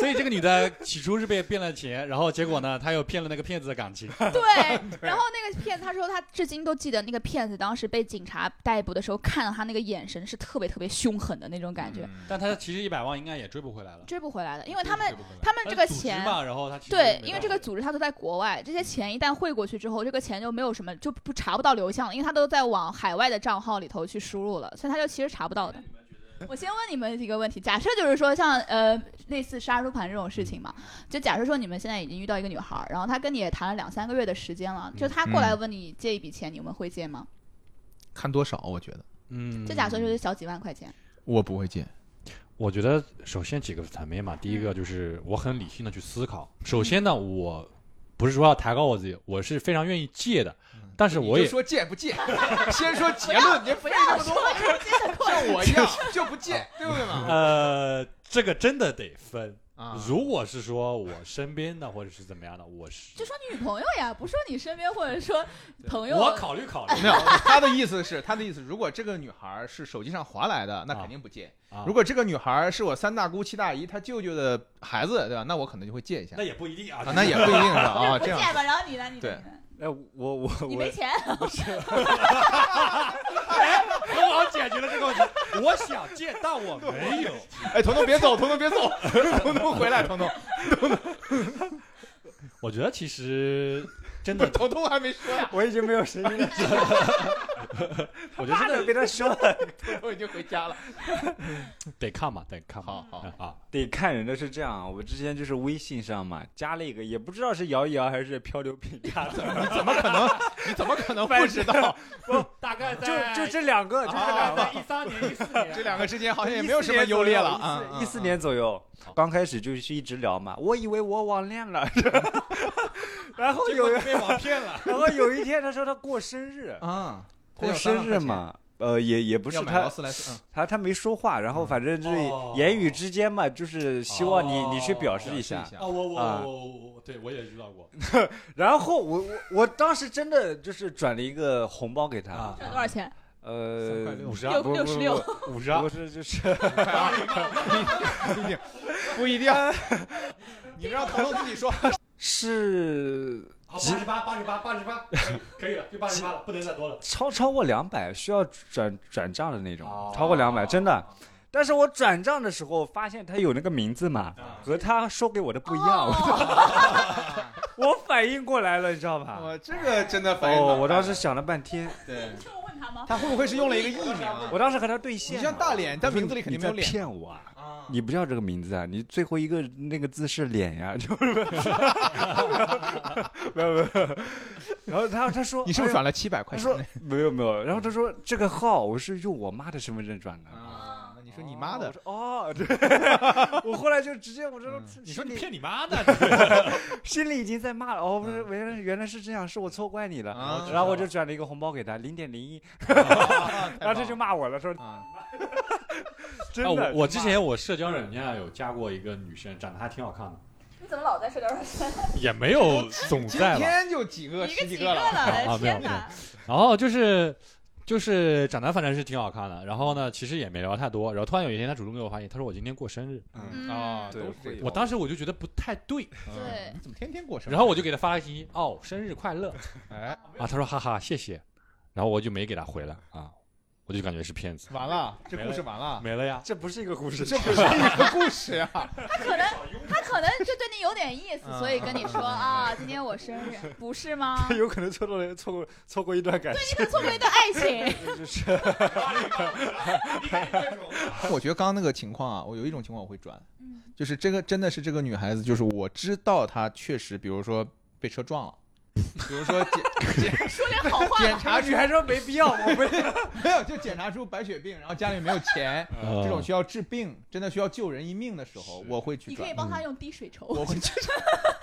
Speaker 2: 所以这个女的起初是被骗了钱，然后结果呢，她又骗了那个骗子的感情。
Speaker 3: 对，然后那个骗子他说他至今都记得那个骗子当时被警察逮捕的时候，看到他那个眼神是特别特别凶狠的那种感觉，
Speaker 2: 但她其实一百万应该也追不回来了，
Speaker 3: 追不回来的，因为他们
Speaker 2: 嗯追不回来
Speaker 3: 他们这个钱
Speaker 2: 组织。嘛，然后她其实
Speaker 3: 对
Speaker 2: 没，办
Speaker 3: 因为这个组织它都在国外，这些
Speaker 1: 嗯
Speaker 3: 钱一旦汇过去之后，这个钱就没有什么就不查不到流向了，因为它都在往海外的账号里头去输入了，所以它就其实查不到的。 我先问你们几个问题，假设就是说像呃类似杀猪盘这种事情
Speaker 1: 嗯
Speaker 3: 嘛，就假设说你们现在已经遇到一个女孩儿，然后她跟你也谈了两三个月的时间了，
Speaker 1: 嗯
Speaker 3: 就她过来问你借一笔钱，你们会借吗？
Speaker 1: 看多少，我觉得
Speaker 2: 嗯
Speaker 3: 就假设就是小几万块钱，
Speaker 1: 我不会借。
Speaker 2: 我觉得首先几个层面嘛，第一个就是我很理性的去思考。首先呢，我不是说要抬高我自己，我是非常愿意借的，但是我
Speaker 1: 你
Speaker 2: 也
Speaker 1: 就说借不 借，先说 结论，你
Speaker 3: 不
Speaker 1: 非
Speaker 3: 要
Speaker 1: 那么
Speaker 3: 说
Speaker 1: 多，
Speaker 3: 借过
Speaker 1: 像我一样就不借，
Speaker 2: 啊
Speaker 1: 对不对嘛？
Speaker 2: 呃，这个真的得分。
Speaker 1: 啊，
Speaker 2: 如果是说我身边的或者是怎么样的，我是
Speaker 3: 就说女朋友呀，不说你身边或者说朋友。
Speaker 2: 我考虑考虑
Speaker 1: 没有，他的意思是，他的意思，如果这个女孩是手机上划来的，那
Speaker 2: 啊
Speaker 1: 肯定不借
Speaker 2: 啊；
Speaker 1: 如果这个女孩是我三大姑七大姨她舅舅的孩子，对吧？那我可能就会借一下
Speaker 2: 那。也不一定啊
Speaker 1: 啊，那也不一定是吧？
Speaker 3: 就
Speaker 1: 啊，
Speaker 3: 不
Speaker 1: 这
Speaker 3: 借
Speaker 1: 样
Speaker 3: 吧，然后你呢？你呢
Speaker 1: 对
Speaker 5: 哎，我我我
Speaker 3: 你没钱，
Speaker 2: 很好解决了这个问题。我想借，但我没有。
Speaker 1: 哎，彤彤别走，彤彤别走，彤彤回来，彤彤，
Speaker 2: 我觉得其实真
Speaker 1: 不
Speaker 2: 的
Speaker 1: 是，彤彤还没说呀，
Speaker 5: 我已经没有声音 了，
Speaker 2: 我觉得真的
Speaker 5: 别再说了。
Speaker 1: 彤彤已经回家了。
Speaker 2: 得看嘛，得看嘛。
Speaker 1: 好好，
Speaker 2: 啊，
Speaker 6: 得看人的是这样，啊我之前就是微信上嘛，加了一个，也不知道是摇一摇还是漂流瓶加的，
Speaker 1: 怎么可能？你怎么可能不知道？
Speaker 2: 大概
Speaker 5: 就就这两个，
Speaker 1: 啊
Speaker 5: 就这两个。
Speaker 2: 一三年、一四年
Speaker 1: 这两个之间好像哦也没有什么优劣了啊。嗯
Speaker 6: 一四年左右，刚开始就是一直聊嘛，我以为我网恋了，
Speaker 5: 然后有，
Speaker 2: 被网骗了。
Speaker 6: 然后有一天他说他过生日，
Speaker 1: 啊，
Speaker 6: 过生日嘛，呃，也也不
Speaker 1: 不
Speaker 6: 是
Speaker 1: 买劳嗯
Speaker 6: 他
Speaker 1: 斯莱斯，嗯
Speaker 6: 他他没说话，然后反正就是
Speaker 2: 哦
Speaker 6: 言语之间嘛，就是希望你
Speaker 2: 哦
Speaker 6: 你去表示
Speaker 1: 嗯
Speaker 6: 一
Speaker 1: 试
Speaker 6: 下，
Speaker 1: 下
Speaker 2: 啊，我我
Speaker 6: 啊
Speaker 2: 我我我，对我也遇到过。
Speaker 6: 然后我我我当时真的就是转了一个红包给他
Speaker 2: 啊，
Speaker 3: 赚多少钱？
Speaker 1: 三块
Speaker 6: 呃，
Speaker 1: 六
Speaker 2: 五十
Speaker 3: 六
Speaker 2: 二，
Speaker 3: 六十六，
Speaker 2: 五十
Speaker 6: 不
Speaker 2: 二，
Speaker 6: 是啊就是。
Speaker 1: 不一定，不一定。
Speaker 6: 啊
Speaker 1: 你们让彤彤自己说，
Speaker 6: 是
Speaker 2: 好，八十八，八十八，八十 八，可以了，就八十八了，不能再多了。
Speaker 6: 超超过两百需要转转账的那种，
Speaker 2: 哦
Speaker 6: 超过 两百真的。但是我转账的时候发现他有那个名字嘛，
Speaker 1: 啊
Speaker 6: 和他说给我的不一样，
Speaker 3: 哦
Speaker 6: 我我反应过来了，你知道吧？哦
Speaker 1: 我这个真的哦反应
Speaker 6: 哦，我当时想了半天，
Speaker 1: 对，
Speaker 3: 这么问他吗？
Speaker 1: 他会不会是用了一个艺名啊？
Speaker 6: 我当时和他对线
Speaker 1: 你
Speaker 6: 呢，
Speaker 1: 像大脸，但
Speaker 6: 我说
Speaker 1: 名字里肯定没有
Speaker 6: 你在
Speaker 1: 脸
Speaker 6: 骗我啊！
Speaker 1: 啊。
Speaker 6: 你不叫这个名字啊！你最后一个那个字是脸呀，就是 没有没有。然后他他说哎
Speaker 1: 你是不是转了七百
Speaker 6: 他
Speaker 1: 块钱
Speaker 6: 说？没有没有，然后他说这个号我是用我妈的身份证转的。
Speaker 1: 啊，那你说你妈的，
Speaker 6: 哦，我说哦，对， 我后来就直接我这
Speaker 1: 嗯
Speaker 6: 心
Speaker 2: 你说你
Speaker 6: 里
Speaker 2: 骗你妈 呢？
Speaker 6: 心里已经在骂了，哦，不是，
Speaker 1: 嗯
Speaker 6: 原来原来是这样，是我错怪你了，
Speaker 1: 啊
Speaker 6: 然后我就转了一个红包给他，零点零一， 然后他哦就骂我了，说
Speaker 1: 啊，
Speaker 6: 真
Speaker 2: 啊，
Speaker 6: 的，
Speaker 2: 我我之前我社交软件啊上有加过一个女生，长得还挺好看的，
Speaker 3: 你怎么老在社交软件？
Speaker 2: 也没有总
Speaker 1: 今
Speaker 2: 在吧。
Speaker 1: 天就几个
Speaker 3: 一个
Speaker 1: 十几
Speaker 3: 几个
Speaker 1: 个了，
Speaker 3: 了，
Speaker 2: 啊没有
Speaker 3: 天哪！
Speaker 2: 然后就是就是长得反正是挺好看的，然后呢，其实也没聊太多。然后突然有一天，他主动给我发信，他说我今天过生日，
Speaker 6: 嗯，
Speaker 3: 嗯
Speaker 2: 哦
Speaker 1: 啊，
Speaker 6: 对
Speaker 1: 都是这
Speaker 6: 会
Speaker 1: 个
Speaker 2: 我当时我就觉得不太对，
Speaker 3: 对
Speaker 1: 你怎么天天过生日？
Speaker 2: 然后我就给他发了个信息，哦，生日快乐
Speaker 1: 哎，
Speaker 2: 啊，他说哈哈谢谢，然后我就没给他回了啊，我就感觉是骗子，
Speaker 1: 完了，这故事完了，
Speaker 2: 啊没了呀。
Speaker 6: 这不是一个故事，
Speaker 1: 这不是一个故事呀。
Speaker 3: 他可能他可能就对你有点意思，
Speaker 1: 嗯
Speaker 3: 所以跟你 说
Speaker 1: 嗯
Speaker 3: 啊，今天我生日，不 是吗？
Speaker 6: 有可能错过了错过错过一段感情，
Speaker 3: 这错过一段爱 情，
Speaker 6: 就是
Speaker 1: 我觉得刚刚那个情况啊，我有一种情况我会转，就是这个真的是这个女孩子，就是我知道她确实，比如说被车撞了，比如 说检
Speaker 3: 说点好话。
Speaker 1: 检查出
Speaker 6: 女孩说没必要，我不
Speaker 1: 没有，就检查出白血病，然后家里没有 钱，这种
Speaker 2: 嗯
Speaker 1: 需要治病，真的需要救人一命的时候，我会去
Speaker 3: 你可以
Speaker 1: 转，
Speaker 3: 帮他用滴水
Speaker 1: 我
Speaker 3: 筹
Speaker 1: 会去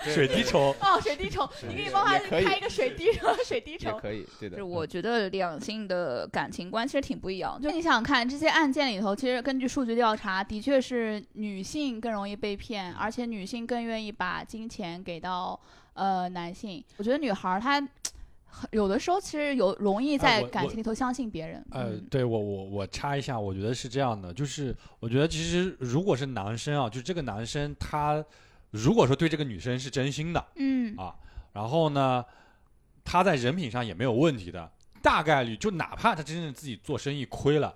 Speaker 2: 水滴筹，
Speaker 3: 哦，水滴筹，你可以帮他
Speaker 1: 也可以
Speaker 3: 开一个水滴筹， 水滴
Speaker 1: 也
Speaker 3: 筹。
Speaker 1: 可以，对
Speaker 3: 就
Speaker 2: 嗯
Speaker 3: 是
Speaker 1: 的。
Speaker 3: 我觉得两性的感情观其实挺不一样。就你想想看，这些案件里头，其实根据数据调查，的确是女性更容易被骗，而且女性更愿意把金钱给到呃男性。我觉得女孩儿她有的时候其实有容易
Speaker 2: 哎
Speaker 3: 在
Speaker 2: 我
Speaker 3: 感
Speaker 2: 我
Speaker 3: 情里头相信别人。
Speaker 2: 呃
Speaker 3: 嗯，
Speaker 2: 对我我我插一下，我觉得是这样的，就是我觉得其实如果是男生啊，就这个男生他如果说对这个女生是真心的，
Speaker 3: 嗯
Speaker 2: 啊然后呢，他在人品上也没有问题的，大概率就哪怕他真正自己做生意亏了，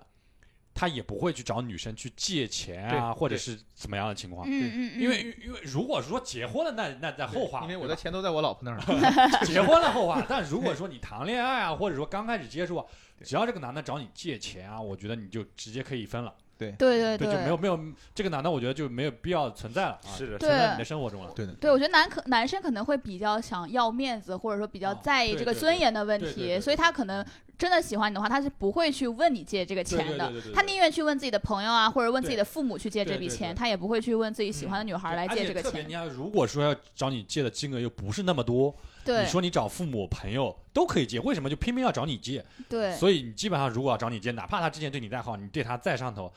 Speaker 2: 他也不会去找女生去借钱啊，
Speaker 1: 对
Speaker 2: 或者是怎么样的情况。
Speaker 3: 嗯嗯嗯，
Speaker 2: 啊因为因为如果说结婚了，那那在后话，
Speaker 1: 因为我
Speaker 2: 对
Speaker 1: 的
Speaker 2: 吧
Speaker 1: 钱都在我老婆那儿了，
Speaker 2: 结婚了后话。但如果说你谈恋爱啊，或者说刚开始接触啊，只要这个男的找你借钱啊，我觉得你就直接可以分了。
Speaker 3: 对对
Speaker 2: 对，就没有没有这个男的，我觉得就没有必要存在了啊，
Speaker 4: 是的
Speaker 2: 存在
Speaker 3: 对
Speaker 2: 你的生活中了。
Speaker 1: 对的，
Speaker 3: 对，我觉得男可男生可能会比较想要面子，或者说比较
Speaker 2: 哦
Speaker 3: 在意
Speaker 2: 对
Speaker 3: 这个
Speaker 2: 对
Speaker 3: 尊
Speaker 2: 对
Speaker 3: 严的问
Speaker 2: 对对
Speaker 3: 题，
Speaker 2: 对
Speaker 3: 所以他可能真的喜欢你的话，他是不会去问你借这个
Speaker 2: 对
Speaker 3: 钱的
Speaker 2: 对对对，对
Speaker 3: 他宁愿去问自己的朋友啊，或者问自己
Speaker 2: 对
Speaker 3: 的父母去借这
Speaker 2: 对
Speaker 3: 笔
Speaker 2: 对
Speaker 3: 钱，
Speaker 2: 对
Speaker 3: 他也不会去问自己喜欢的女孩来
Speaker 2: 而且
Speaker 3: 借这个
Speaker 2: 特别
Speaker 3: 钱
Speaker 2: 你。看，如果说要找你借的金额又不是那么多，
Speaker 3: 对
Speaker 2: 你说你找父母、朋友都可以借，为什么就偏偏要找你借？
Speaker 3: 对，
Speaker 2: 所以你基本上如果要找你借，哪怕他之前对你再好，你对他再上头，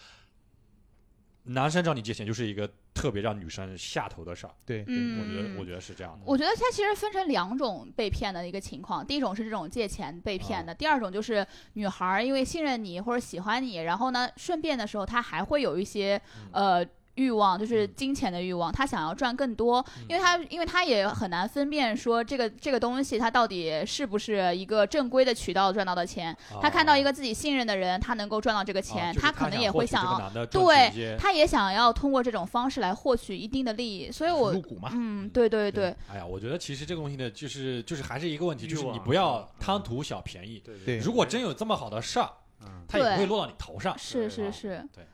Speaker 2: 男生找你借钱就是一个特别让女生下头的事儿。
Speaker 1: 对，
Speaker 3: 嗯，
Speaker 2: 我觉得，我觉得是这样的。
Speaker 3: 我觉得它其实分成两种被骗的一个情况，第一种是这种借钱被骗的，第二种就是女孩儿因为信任你或者喜欢你，然后呢，顺便的时候她还会有一些、呃。欲望就是金钱的欲望，她想要赚更多，因为她因为她也很难分辨说这个这个东西它到底是不是一个正规的渠道赚到的钱。她看到一
Speaker 2: 个
Speaker 3: 个自己信任的人，她能够赚到这个
Speaker 2: 啊
Speaker 3: 钱，哦她可能也会想要，
Speaker 2: 要
Speaker 3: 对，她也想要通过这种方式来获取一定的利益。所以我
Speaker 1: 入股嘛，
Speaker 3: 嗯，对对对，，
Speaker 2: 哎呀，我觉得其实这个东西呢，就是就是还是一个问题，
Speaker 4: 欲
Speaker 2: 就是你
Speaker 4: 望
Speaker 2: 不要贪图小便宜。
Speaker 4: 对
Speaker 1: 嗯对
Speaker 2: 如果真有这么好的事儿，
Speaker 4: 嗯
Speaker 2: 它也
Speaker 3: 对
Speaker 2: 不会落到你头上。
Speaker 3: 是
Speaker 4: 对
Speaker 3: 是
Speaker 4: 吧
Speaker 3: 是，
Speaker 2: 对大概就是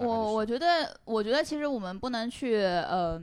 Speaker 3: 我我觉得，我觉得其实我们不能去呃，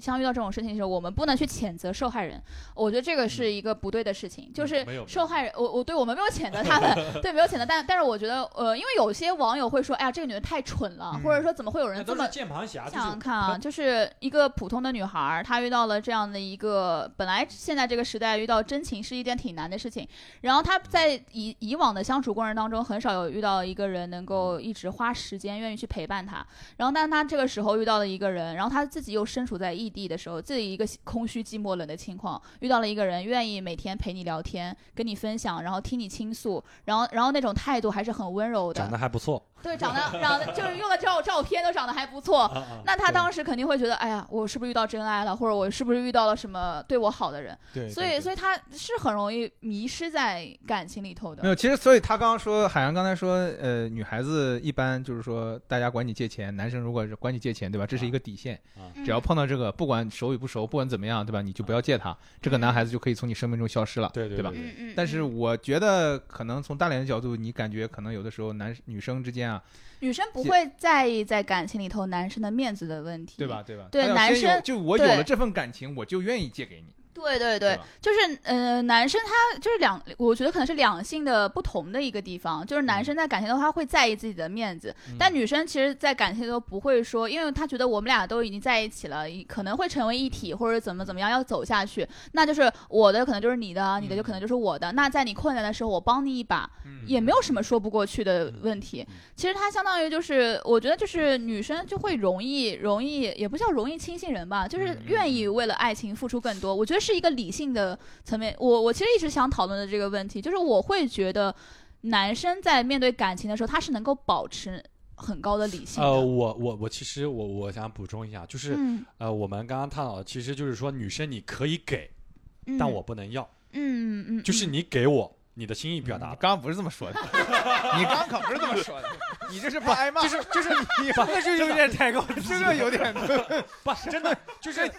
Speaker 3: 像遇到这种事情的时候，我们不能去谴责受害人。我觉得这个是一个不对的事情，就
Speaker 2: 嗯
Speaker 3: 是
Speaker 2: 没有没
Speaker 3: 受
Speaker 2: 有
Speaker 3: 害人，我我对我们没有谴责 他们，对没有谴责，但但是我觉得呃，因为有些网友会说，哎呀，这个女的太蠢了，或者说怎么会有
Speaker 2: 嗯那
Speaker 3: 人这
Speaker 2: 都
Speaker 3: 么
Speaker 2: 是键盘侠，就
Speaker 3: 想想
Speaker 2: 是
Speaker 3: 看啊，
Speaker 2: 他
Speaker 3: 就是一个普通的女孩儿，她遇到了这样的一个，本来现在这个时代遇到真情是一件挺难的事情。然后
Speaker 2: 嗯
Speaker 3: 她在以以往的相处过程当中，很少有遇到一个人能
Speaker 2: 嗯
Speaker 3: 够一直花时间愿意去陪伴她。然后，但她这个时候遇到了一个人，然后她自己又身处在异地的时候，自己一个空虚、寂寞、冷的情况，遇到了一个人愿意每天陪你聊天、跟你分享，然后听你倾诉，然后然后那种态度还是很温柔的，
Speaker 2: 长得还不错，
Speaker 3: 对，长得长得就是用的照照片都长得还不错。
Speaker 2: 啊
Speaker 1: 啊
Speaker 3: 那他当时肯定会觉得，哎呀，我是不是遇到真爱了，或者我是不是遇到了什么对我好的人？
Speaker 1: 对
Speaker 3: 所以，所以他是很容易迷失在感情里头
Speaker 1: 没
Speaker 3: 的。
Speaker 1: 有，其实所以他刚刚说，海洋刚才说，呃，女孩子一般就是说，大家管你借钱，男生如果是管你借钱，对吧？这是一个底线，
Speaker 3: 嗯
Speaker 1: 只要碰到这个，不管熟与不熟，不管怎么样，对吧？你就不要借他，这个男孩子就可以从你生命中消失了，
Speaker 2: 对
Speaker 1: 对
Speaker 2: 对
Speaker 1: 吧？
Speaker 2: 对
Speaker 3: 嗯嗯嗯，
Speaker 1: 但是我觉得，可能从大连的角度，你感觉可能有的时候男女生之间啊，
Speaker 3: 女生不会在意在感情里头男生的面子的问题，
Speaker 1: 对吧？？对吧？
Speaker 3: 对
Speaker 1: 他要
Speaker 3: 男
Speaker 1: 先有
Speaker 3: 生
Speaker 1: 就我有了
Speaker 3: 对
Speaker 1: 这份感情，我就愿意借给你。
Speaker 3: 对对
Speaker 1: 对
Speaker 3: 对
Speaker 1: 吧，
Speaker 3: 就是呃，男生他就是两，我觉得可能是两性的不同的一个地方，就是男生在感情的话会在意自己的面子，但女生其实，在感情都不会说，因为她觉得我们俩都已经在一起了，可能会成为一体，或者怎么怎么样要走下去，那就是我的可能就是你的，你的就可能就是我的，那在你困难的时候我帮你一把，
Speaker 2: 嗯
Speaker 3: 也没有什么说不过去的问题。其实它相当于就是，我觉得就是女生就会容易容易，也不叫容易轻信人
Speaker 2: 嗯
Speaker 3: 吧，就是愿意为了爱情付出更多。我觉得是一个理性的层面。我我其实一直想讨论的这个问题，就是我会觉得男生在面对感情的时候，他是能够保持很高的理性的。
Speaker 2: 呃，我我我其实我我想补充一下，就是、
Speaker 3: 嗯，
Speaker 2: 呃，我们刚刚探讨的其实就是说，女生你可以给，
Speaker 3: 嗯
Speaker 2: 但我不能要，
Speaker 3: 嗯嗯嗯，
Speaker 2: 就是你给我你的心意表
Speaker 1: 你
Speaker 3: 嗯
Speaker 2: 达
Speaker 1: 刚，刚不是这么说的，你刚刚可不是这么说的，你这是怕挨骂，
Speaker 2: 就是就是你
Speaker 5: 那就有点太高级
Speaker 1: 这个有点
Speaker 2: 不真的就是。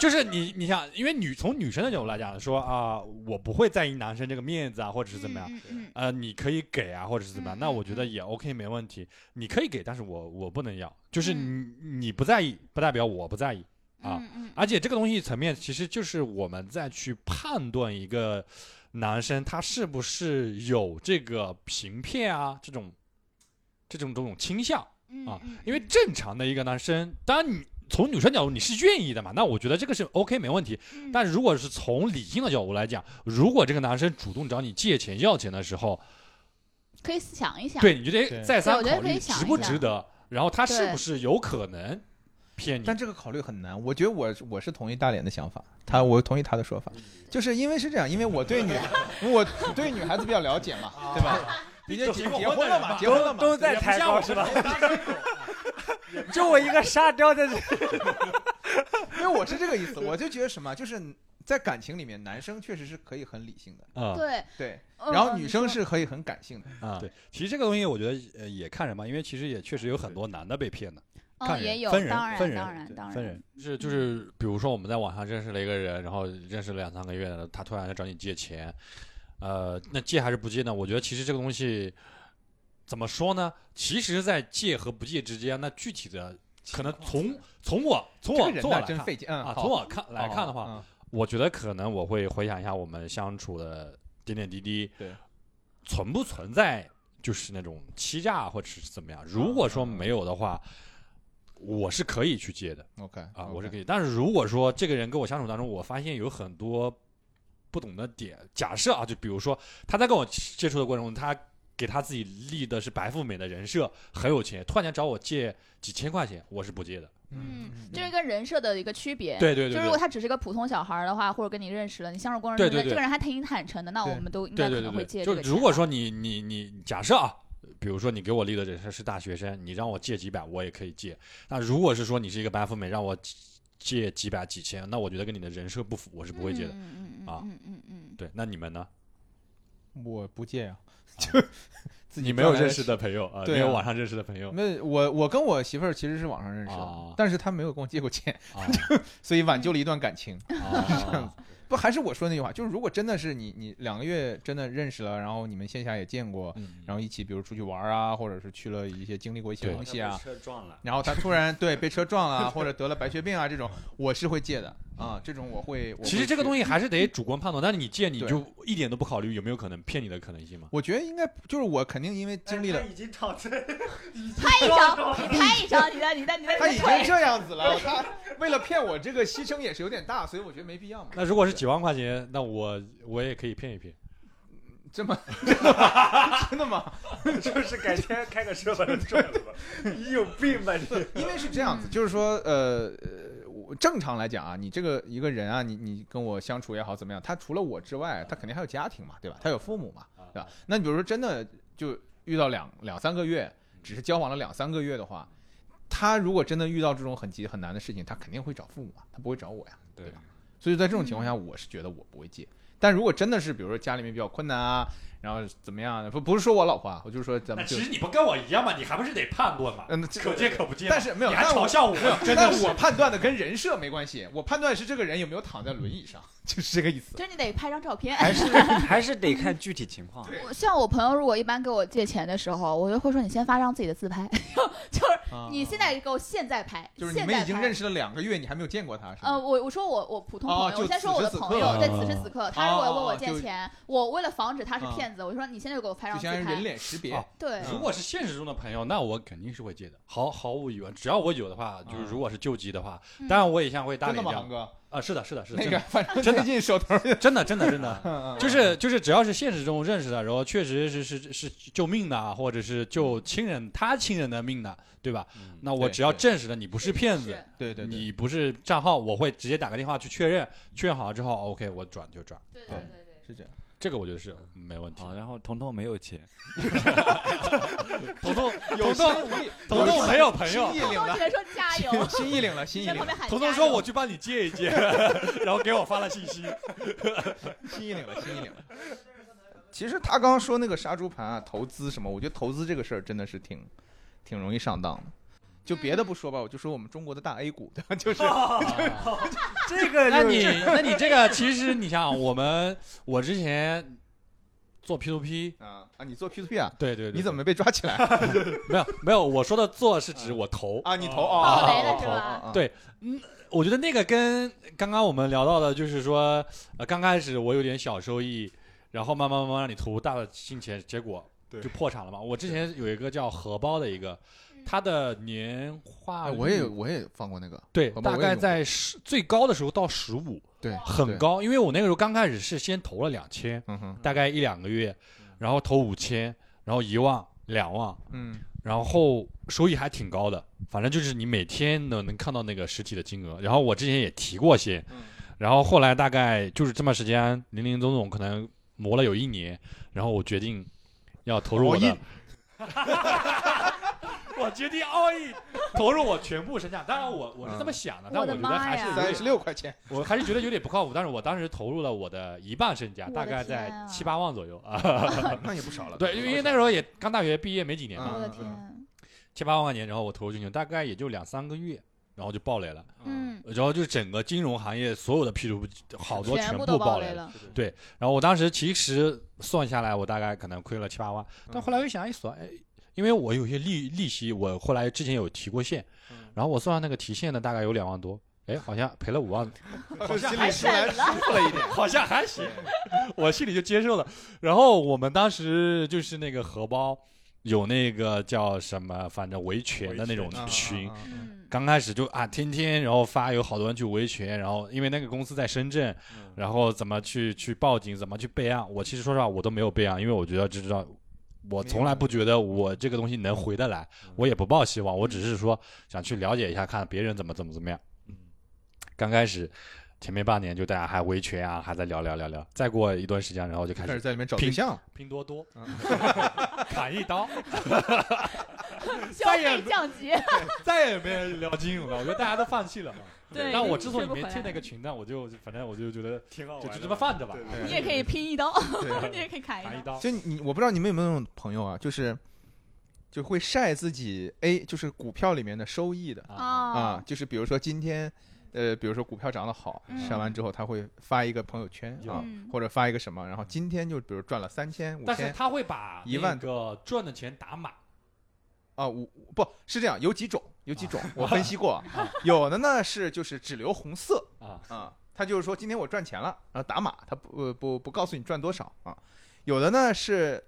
Speaker 2: 就是你，你想，因为女从女生的角度来讲，说啊、我不会在意男生这个面子啊，或者是怎么样，
Speaker 3: 嗯嗯嗯
Speaker 2: 呃，你可以给啊，或者是怎么样，
Speaker 3: 嗯
Speaker 2: 那
Speaker 3: 嗯
Speaker 2: 我觉得
Speaker 3: 嗯
Speaker 2: 也 OK，没问题。你可以给，但是我我不能要，就是你、
Speaker 3: 嗯
Speaker 2: 你不在意，不代表我不在意啊。
Speaker 3: 嗯嗯
Speaker 2: 而且这个东西层面，其实就是我们在去判断一个男生他是不是有这个行骗啊这种这种这种倾向
Speaker 3: 嗯
Speaker 2: 啊
Speaker 3: 嗯，
Speaker 2: 因为正常的一个男生，当然你从女生角度你是愿意的嘛，那我觉得这个是 OK 没问题。
Speaker 3: 嗯
Speaker 2: 但如果是从理性的角度来讲，如果这个男生主动找你借钱要钱的时候，
Speaker 3: 可以想一想，
Speaker 2: 对你就得哎
Speaker 1: 对
Speaker 2: 再三
Speaker 3: 对我觉得
Speaker 2: 考
Speaker 3: 可
Speaker 2: 虑
Speaker 3: 以想
Speaker 2: 值
Speaker 3: 一
Speaker 2: 不
Speaker 3: 想
Speaker 2: 值得，然后他是
Speaker 3: 对
Speaker 2: 不是有可能骗你。
Speaker 1: 但这个考虑很难，我觉得我我是同意大脸的想法，他我同意他的说法，就是因为是这样，因为我 对女我对女孩子比较了解嘛，
Speaker 2: 啊
Speaker 1: 对吧？你就结结婚了嘛，结婚了嘛，
Speaker 5: 都在抬高是吧？ 就我一个沙雕在这，
Speaker 1: 因为我是这个意思，我就觉得什么，就是在感情里面，男生确实是可以很理性的，
Speaker 2: 啊、
Speaker 3: 对，
Speaker 1: 对，
Speaker 3: 嗯
Speaker 1: 然后女
Speaker 3: 你
Speaker 1: 生
Speaker 3: 说
Speaker 1: 是可以很感性的，
Speaker 2: 啊，
Speaker 4: 对，
Speaker 2: 其实这个东西我觉得呃也看人吧，因为其实也确实有很多男的被骗的，看
Speaker 3: 嗯也
Speaker 2: 人
Speaker 3: 有，
Speaker 2: 分人
Speaker 3: 当然
Speaker 2: 分人
Speaker 3: 当然
Speaker 2: 对
Speaker 3: 当然
Speaker 2: 分人是就是比如说我们在网上认识了一个人，然后认识了两三个月，他突然来找你借钱，呃，那借还是不借呢？我觉得其实这个东西怎么说呢？其实，在借和不借之间，那具体的可能从从我从
Speaker 1: 这个
Speaker 2: 我
Speaker 1: 人
Speaker 2: 从我
Speaker 1: 呐
Speaker 2: 来
Speaker 1: 真
Speaker 2: 看
Speaker 1: 费劲嗯
Speaker 2: 啊，
Speaker 1: 好
Speaker 2: 从我看来看的话，
Speaker 1: 嗯
Speaker 2: 我觉得可能我会回想一下我们相处的点点滴滴，
Speaker 1: 对，
Speaker 2: 存不存在就是那种欺诈或者是怎么样？如果说没有的话，我是可以去借的
Speaker 1: OK
Speaker 2: 啊，
Speaker 1: OK
Speaker 2: 我是可以。但是如果说这个人跟我相处当中，我发现有很多不懂的点，假设啊，就比如说他在跟我接触的过程中，他给他自己立的是白富美的人设，很有钱，突然间找我借几千块钱，我是不借的。
Speaker 3: 嗯，这是跟人设的一个区别。
Speaker 2: 对对对
Speaker 3: 呃就
Speaker 2: 对
Speaker 3: 如果他只是个普通小孩儿的话，或者跟你认识了，你相处过程
Speaker 2: 对
Speaker 3: 中
Speaker 2: 对对
Speaker 3: 觉得这个人还挺坦诚的，那我
Speaker 1: 对
Speaker 3: 们都应
Speaker 2: 对
Speaker 3: 该
Speaker 2: 对
Speaker 3: 可
Speaker 2: 对
Speaker 3: 能
Speaker 2: 对，
Speaker 3: 会借
Speaker 2: 就
Speaker 3: 这个钱
Speaker 2: 如果说你你你假设啊，比如说你给我立的人设是大学生，你让我借几百，我也可以借。那如果是说你是一个白富美，让我借几百几千，那我觉得跟你的人设不符，我是不会借的。
Speaker 3: 嗯嗯嗯
Speaker 2: 啊
Speaker 3: 嗯嗯嗯
Speaker 2: 对，那你们呢？
Speaker 1: 我不借呀，
Speaker 2: 啊
Speaker 1: 就自己
Speaker 2: 你没有
Speaker 1: 赚来
Speaker 2: 认
Speaker 1: 的
Speaker 2: 识的朋友啊，
Speaker 1: 对啊
Speaker 2: 没有网上认识的朋友
Speaker 1: 没有，我我跟我媳妇儿其实是网上认识的，
Speaker 2: 啊
Speaker 1: 但是她没有跟我借过钱，
Speaker 2: 啊
Speaker 1: 所以挽救了一段感 情。
Speaker 2: 啊
Speaker 1: 不，还是我说那句话，就是如果真的是你你两个月真的认识了，然后你们线下也见过，
Speaker 2: 嗯
Speaker 1: 然后一起比如出去玩儿啊，或者是去了一些经历过一些
Speaker 2: 对
Speaker 1: 东西啊，
Speaker 6: 车撞了，
Speaker 1: 然后他突然对被车撞了或者得了白血病啊这种，我是会借的啊，这种我会。我
Speaker 2: 嗯其实这个东
Speaker 1: 西，
Speaker 2: 西还是 得主观判断，但是你借你
Speaker 1: 对
Speaker 2: 就一点都不考虑有没有可能骗你的可能性吗？
Speaker 1: 我觉得应该就是我肯定因为经 历了，
Speaker 6: 已经吵成
Speaker 3: 拍一张，拍一张，你的你的你的
Speaker 1: 他
Speaker 3: 你
Speaker 1: 已
Speaker 3: 的
Speaker 1: 经
Speaker 3: 腿，
Speaker 1: 这样子了，他为了骗我这个牺牲也是有点大，所以我觉得没必 要嘛。
Speaker 2: 那如果是几万块钱，那我我也可以骗一骗。
Speaker 1: 这么真的吗？
Speaker 5: 就是改天开个车把它撞了吧，你有病吧你？
Speaker 1: 因为是这样
Speaker 2: 嗯
Speaker 1: 子，就是说，呃，呃我正常来讲啊，你这个一个人啊，你你跟我相处也好怎么样，他除了我之外，他肯定还有家庭嘛，对吧？他有父母嘛，
Speaker 2: 嗯
Speaker 1: 对吧？那你比如说真的就遇到两两三个月，只是交往了两三个月的话，他如果真的遇到这种很急很难的事情，他肯定会找父母啊，他不会找我呀，
Speaker 6: 对
Speaker 1: 吧？所以在这种情况下，我是觉得我不会借。但如果真的是，比如说家里面比较困难啊，然后怎么样的，不不是说我老婆啊，我就是说咱们就，
Speaker 2: 你不跟我一样嘛，你还不是得判断嘛
Speaker 1: 嗯，这
Speaker 2: 可不借
Speaker 1: 但是没有，
Speaker 2: 你还
Speaker 1: 但我
Speaker 2: 嘲笑我， 真的
Speaker 1: 但
Speaker 2: 是
Speaker 1: 我判断的跟人设没关系，我判断是这个人有没有躺在轮椅上， 就是这个意思。
Speaker 3: 就是你得拍张照片。
Speaker 6: 还是 还是得看具体情况。
Speaker 3: 我像我朋友，如果一般给我借钱的时候，我就会说你先发张自己的自拍，就是 你现在给我现在拍，
Speaker 1: 啊就是你
Speaker 3: 现
Speaker 1: 们
Speaker 3: 在
Speaker 1: 已经
Speaker 3: 拍
Speaker 1: 认识了两个月，你还没有见过他，是吗？
Speaker 3: 呃，我我说我我普通
Speaker 1: 哦
Speaker 3: 朋友，
Speaker 1: 就
Speaker 3: 我先说我的
Speaker 1: 此时此
Speaker 3: 朋
Speaker 1: 刻
Speaker 3: 友，在
Speaker 2: 啊
Speaker 3: 此时此刻，他如果要问我借
Speaker 1: 就
Speaker 3: 钱，我为了防止他是
Speaker 1: 啊
Speaker 3: 骗子，我说你现在就给我拍张
Speaker 1: 就相
Speaker 3: 自
Speaker 1: 当于人
Speaker 3: 拍。
Speaker 1: 脸识别。
Speaker 2: 哦
Speaker 3: 对，
Speaker 2: 如果是现实中的朋友，那我肯定是会借的，毫毫无疑问。只要我有的话，就是如果是救济的话，
Speaker 3: 嗯
Speaker 2: 当然我也像会大
Speaker 1: 真
Speaker 2: 理
Speaker 1: 的
Speaker 2: 这
Speaker 1: 吗，航
Speaker 2: 样
Speaker 1: 哥？
Speaker 2: 啊，是的，是的，是的，
Speaker 1: 那
Speaker 2: 真
Speaker 1: 个，
Speaker 2: 的，
Speaker 1: 反正
Speaker 2: 真的
Speaker 1: 最近手头
Speaker 2: 真的，真的，真的。
Speaker 1: 嗯
Speaker 2: 就是就是，只要是现实中认识的，然后确实是是是救命的啊，或者是救亲人他亲人的命的，对吧？
Speaker 6: 嗯
Speaker 2: 那我
Speaker 1: 嗯对
Speaker 2: 只要
Speaker 1: 对
Speaker 2: 证实了你不是骗子，
Speaker 1: 对对对，
Speaker 2: 你不是账号，我会直接打个电话去确认，确认好了之后，OK，我转就转，
Speaker 3: 对对
Speaker 1: 对
Speaker 3: 对对。
Speaker 1: 是这样。
Speaker 2: 这个我觉得是
Speaker 1: 嗯
Speaker 2: 没问题的。
Speaker 6: 好，然后彤彤没有钱，
Speaker 2: 彤彤，
Speaker 1: 有
Speaker 2: 彤
Speaker 1: 心
Speaker 2: 彤，
Speaker 1: 无力，
Speaker 2: 彤彤没有朋友
Speaker 1: 心意
Speaker 3: 彤
Speaker 1: 领
Speaker 3: 彤
Speaker 1: 了
Speaker 3: 只，能说加油，
Speaker 1: 心意领了，心
Speaker 3: 你
Speaker 1: 意
Speaker 3: 在
Speaker 1: 领
Speaker 3: 旁
Speaker 1: 了，
Speaker 3: 边喊
Speaker 2: 彤
Speaker 3: 加
Speaker 2: 彤
Speaker 3: 油
Speaker 2: 说我去帮你借一借， 然后给我发了信息。
Speaker 1: 心意领了，心意领了。 其实他刚刚说那个杀猪盘啊，投资什么，我觉得投资这个事儿真的是挺挺容易上当的。就别的不说吧，我就说我们中国的大 A 股，对吧？就是
Speaker 5: 这个
Speaker 2: 那
Speaker 5: 就
Speaker 2: 你那你这个其实你想想，我们我之前做 P to P，
Speaker 1: 啊啊，你做 P to P 啊？
Speaker 2: 对对对，
Speaker 1: 你怎么没被抓起来
Speaker 2: 没有没有？我说的做是指我投，
Speaker 1: 啊？你投
Speaker 3: 爆
Speaker 1: 啊？
Speaker 3: 雷了是
Speaker 1: 啊
Speaker 3: 吧？
Speaker 1: 啊
Speaker 2: 对我觉得那个跟刚刚我们聊到的，就是说呃刚开始我有点小收益，然后慢慢慢慢让你投入大的金钱，结果
Speaker 5: 对
Speaker 2: 就破产了嘛。我之前有一个叫荷包的一个，它的年化
Speaker 1: 啊，
Speaker 2: 率
Speaker 1: 我也有我也放过那个，
Speaker 2: 对，
Speaker 1: 荷包
Speaker 2: 大
Speaker 1: 我也
Speaker 2: 概
Speaker 1: 用
Speaker 2: 在十最高的时候到十五，
Speaker 1: 对，
Speaker 2: 很
Speaker 1: 对，
Speaker 2: 高。因为我那个时候刚开始是先投了两千，
Speaker 1: 嗯哼，
Speaker 2: 大概一两个月，然后投五千，然后一万、两万，
Speaker 1: 嗯，
Speaker 2: 然后收益还挺高的。反正就是你每天能能看到那个实体的金额。然后我之前也提过些，
Speaker 1: 嗯
Speaker 2: 然后后来大概就是这么时间零零总总可能磨了有一年，然后我决定要投入我
Speaker 1: 熬
Speaker 2: 的
Speaker 1: 一。
Speaker 2: 我决定奥义投入我全部身价，当然我我是这么想的，但
Speaker 3: 我的
Speaker 2: 我觉得还
Speaker 3: 妈
Speaker 2: 是
Speaker 3: 呀
Speaker 2: 有
Speaker 1: 三
Speaker 2: 点
Speaker 1: 十六块钱，
Speaker 2: 我还是觉得有点不靠谱，但是我当时投入了我的一半身家，
Speaker 3: 我的
Speaker 2: 大概
Speaker 3: 天
Speaker 2: 在
Speaker 3: 啊
Speaker 2: 七八万左右啊。
Speaker 1: 那也不少了
Speaker 2: 对，因为因为那时候也刚大学毕业没几年嘛，
Speaker 3: 我的
Speaker 1: 嗯
Speaker 3: 天，
Speaker 2: 七八万块钱，然后我投入进去，大概也就两三个月，然后就爆雷了。
Speaker 3: 嗯，
Speaker 2: 然后就整个金融行业所有的 P to P 好多
Speaker 3: 全
Speaker 2: 部
Speaker 3: 都
Speaker 2: 爆
Speaker 3: 爆
Speaker 2: 雷
Speaker 3: 雷。了，嗯嗯
Speaker 2: 然后我当时其实算下来，我大概可能亏了七八万，但后来我一想一算，哎，因为我有些利利息，我后来之前有提过现，
Speaker 3: 嗯
Speaker 2: 然后我算上那个提现呢，大概有两万多，哎，好像赔了五万，
Speaker 1: 心
Speaker 3: 还
Speaker 1: 里舒
Speaker 3: 省
Speaker 1: 来
Speaker 3: 了，
Speaker 1: 服了一点。
Speaker 2: 好像还行，我心里就接受了。然后我们当时就是那个荷包有那个叫什么，反正维权的那种
Speaker 1: 啊
Speaker 2: 群，
Speaker 3: 嗯，
Speaker 2: 刚开始就啊，天天然后发有好多人去维权，然后因为那个公司在深圳，然后怎么去去报警，怎么去备案。我其实说实话，我都没有备案，因为我觉得只知道，我从来不觉得我这个东西能回得来，我也不抱希望，我只是说想去了解一下，看别人怎么怎么怎么样。
Speaker 6: 嗯
Speaker 2: 刚开始前面半年就大家还维权啊，还在聊聊聊聊，再过一段时间，然后就开
Speaker 1: 开始
Speaker 2: 始
Speaker 1: 在里面找
Speaker 2: 拼
Speaker 1: 对象了，
Speaker 2: 拼多多 砍一刀，
Speaker 3: 消费降级，
Speaker 2: 再也没人聊金融了，我觉得大家都放弃了。
Speaker 3: 对
Speaker 2: 但我之所以
Speaker 3: 学不
Speaker 2: 没
Speaker 3: 回来
Speaker 2: 进那个群呢，我就反正我就觉得
Speaker 4: 挺好
Speaker 2: 就就这么放着吧，
Speaker 4: 对
Speaker 3: 你也
Speaker 1: 嗯
Speaker 3: 可以拼一刀，
Speaker 1: 对
Speaker 3: 你也可以砍
Speaker 2: 砍
Speaker 3: 一
Speaker 2: 一
Speaker 3: 刀，
Speaker 2: 刀。
Speaker 1: 就你，我不知道你们有没有那种朋友啊，就是就会晒自己 A，就是股票里面的收益的啊
Speaker 3: 啊，，
Speaker 1: 就是比如说今天，呃，比如说股票涨得好，晒完之后他会发一个朋友圈啊，
Speaker 3: 嗯
Speaker 1: 或者发一个什么，然后今天就比如赚了三千、五
Speaker 2: 但是
Speaker 1: 千
Speaker 2: 他会把
Speaker 1: 一万
Speaker 2: 那个赚的钱打码，
Speaker 1: 啊，五不是这样，有几种，有几种，我分析过啊，有的呢是就是只留红色
Speaker 2: 啊
Speaker 1: 啊，他就是说今天我赚钱了，然后打码，他不呃不不告诉你赚多少啊，有的呢是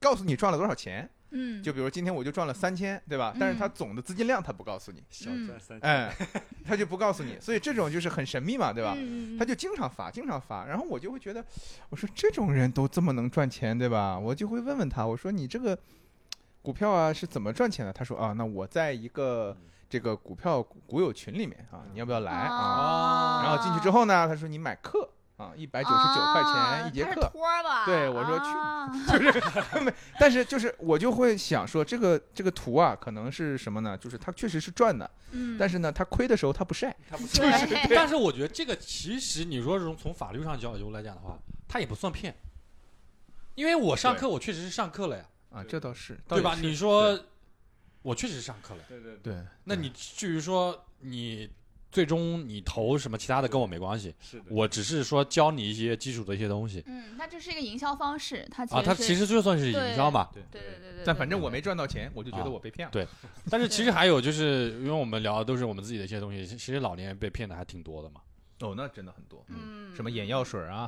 Speaker 1: 告诉你赚了多少钱，
Speaker 3: 嗯，
Speaker 1: 就比如今天我就赚了三千，对吧？
Speaker 3: 嗯
Speaker 1: 但是他总的资金量他不告诉你，
Speaker 6: 小
Speaker 3: 嗯
Speaker 6: 赚三千，
Speaker 1: 哎，他就不告诉你，所以这种就是很神秘嘛，对吧？
Speaker 3: 嗯
Speaker 1: 他就经常发，经常发，然后我就会觉得，我说这种人都这么能赚钱，对吧？我就会问问他，我说你这个股票啊是怎么赚钱的？他说啊，那我在一个这个股票股友群里面啊，你要不要来啊？
Speaker 3: 啊
Speaker 1: 然后进去之后呢，他说你买课啊，一百九十九块钱一节
Speaker 3: 啊哦他是
Speaker 1: 课，
Speaker 3: 托儿吧？啊
Speaker 1: 对我说去
Speaker 3: 去，
Speaker 1: 但是就是我就会想说，这个这个图啊，可能是什么呢？就是它确实是赚的，
Speaker 3: 嗯，
Speaker 1: 但是呢，它亏的时候它不晒。
Speaker 3: 对
Speaker 2: 但是我觉得这个其实你说从从法律上角度来讲的话，他也不算骗，因为我上课我确实是上课了呀，
Speaker 1: 啊，这倒是，
Speaker 2: 对
Speaker 1: 倒
Speaker 2: 吧？
Speaker 1: 也是
Speaker 2: 你说我确实是上课了呀，
Speaker 6: 对对对，
Speaker 1: 对，
Speaker 2: 那你至于说你最终你投什么其他的跟我没关系，
Speaker 6: 是的，
Speaker 2: 我只是说教你一些基础的一些东西
Speaker 3: 嗯，那这是一个营销方式，他
Speaker 2: 啊，它其实
Speaker 3: 实
Speaker 2: 就算是营销嘛。
Speaker 3: 对对对对，
Speaker 1: 但反正我没赚到钱，我就觉得我被骗了。
Speaker 2: 但是其实还有就是，因为我们聊的都是我们自己的一些东西，其其实老年人被骗的还挺多的 嘛。
Speaker 1: 哦，那真的很多，
Speaker 3: 嗯
Speaker 1: 什么眼药水啊，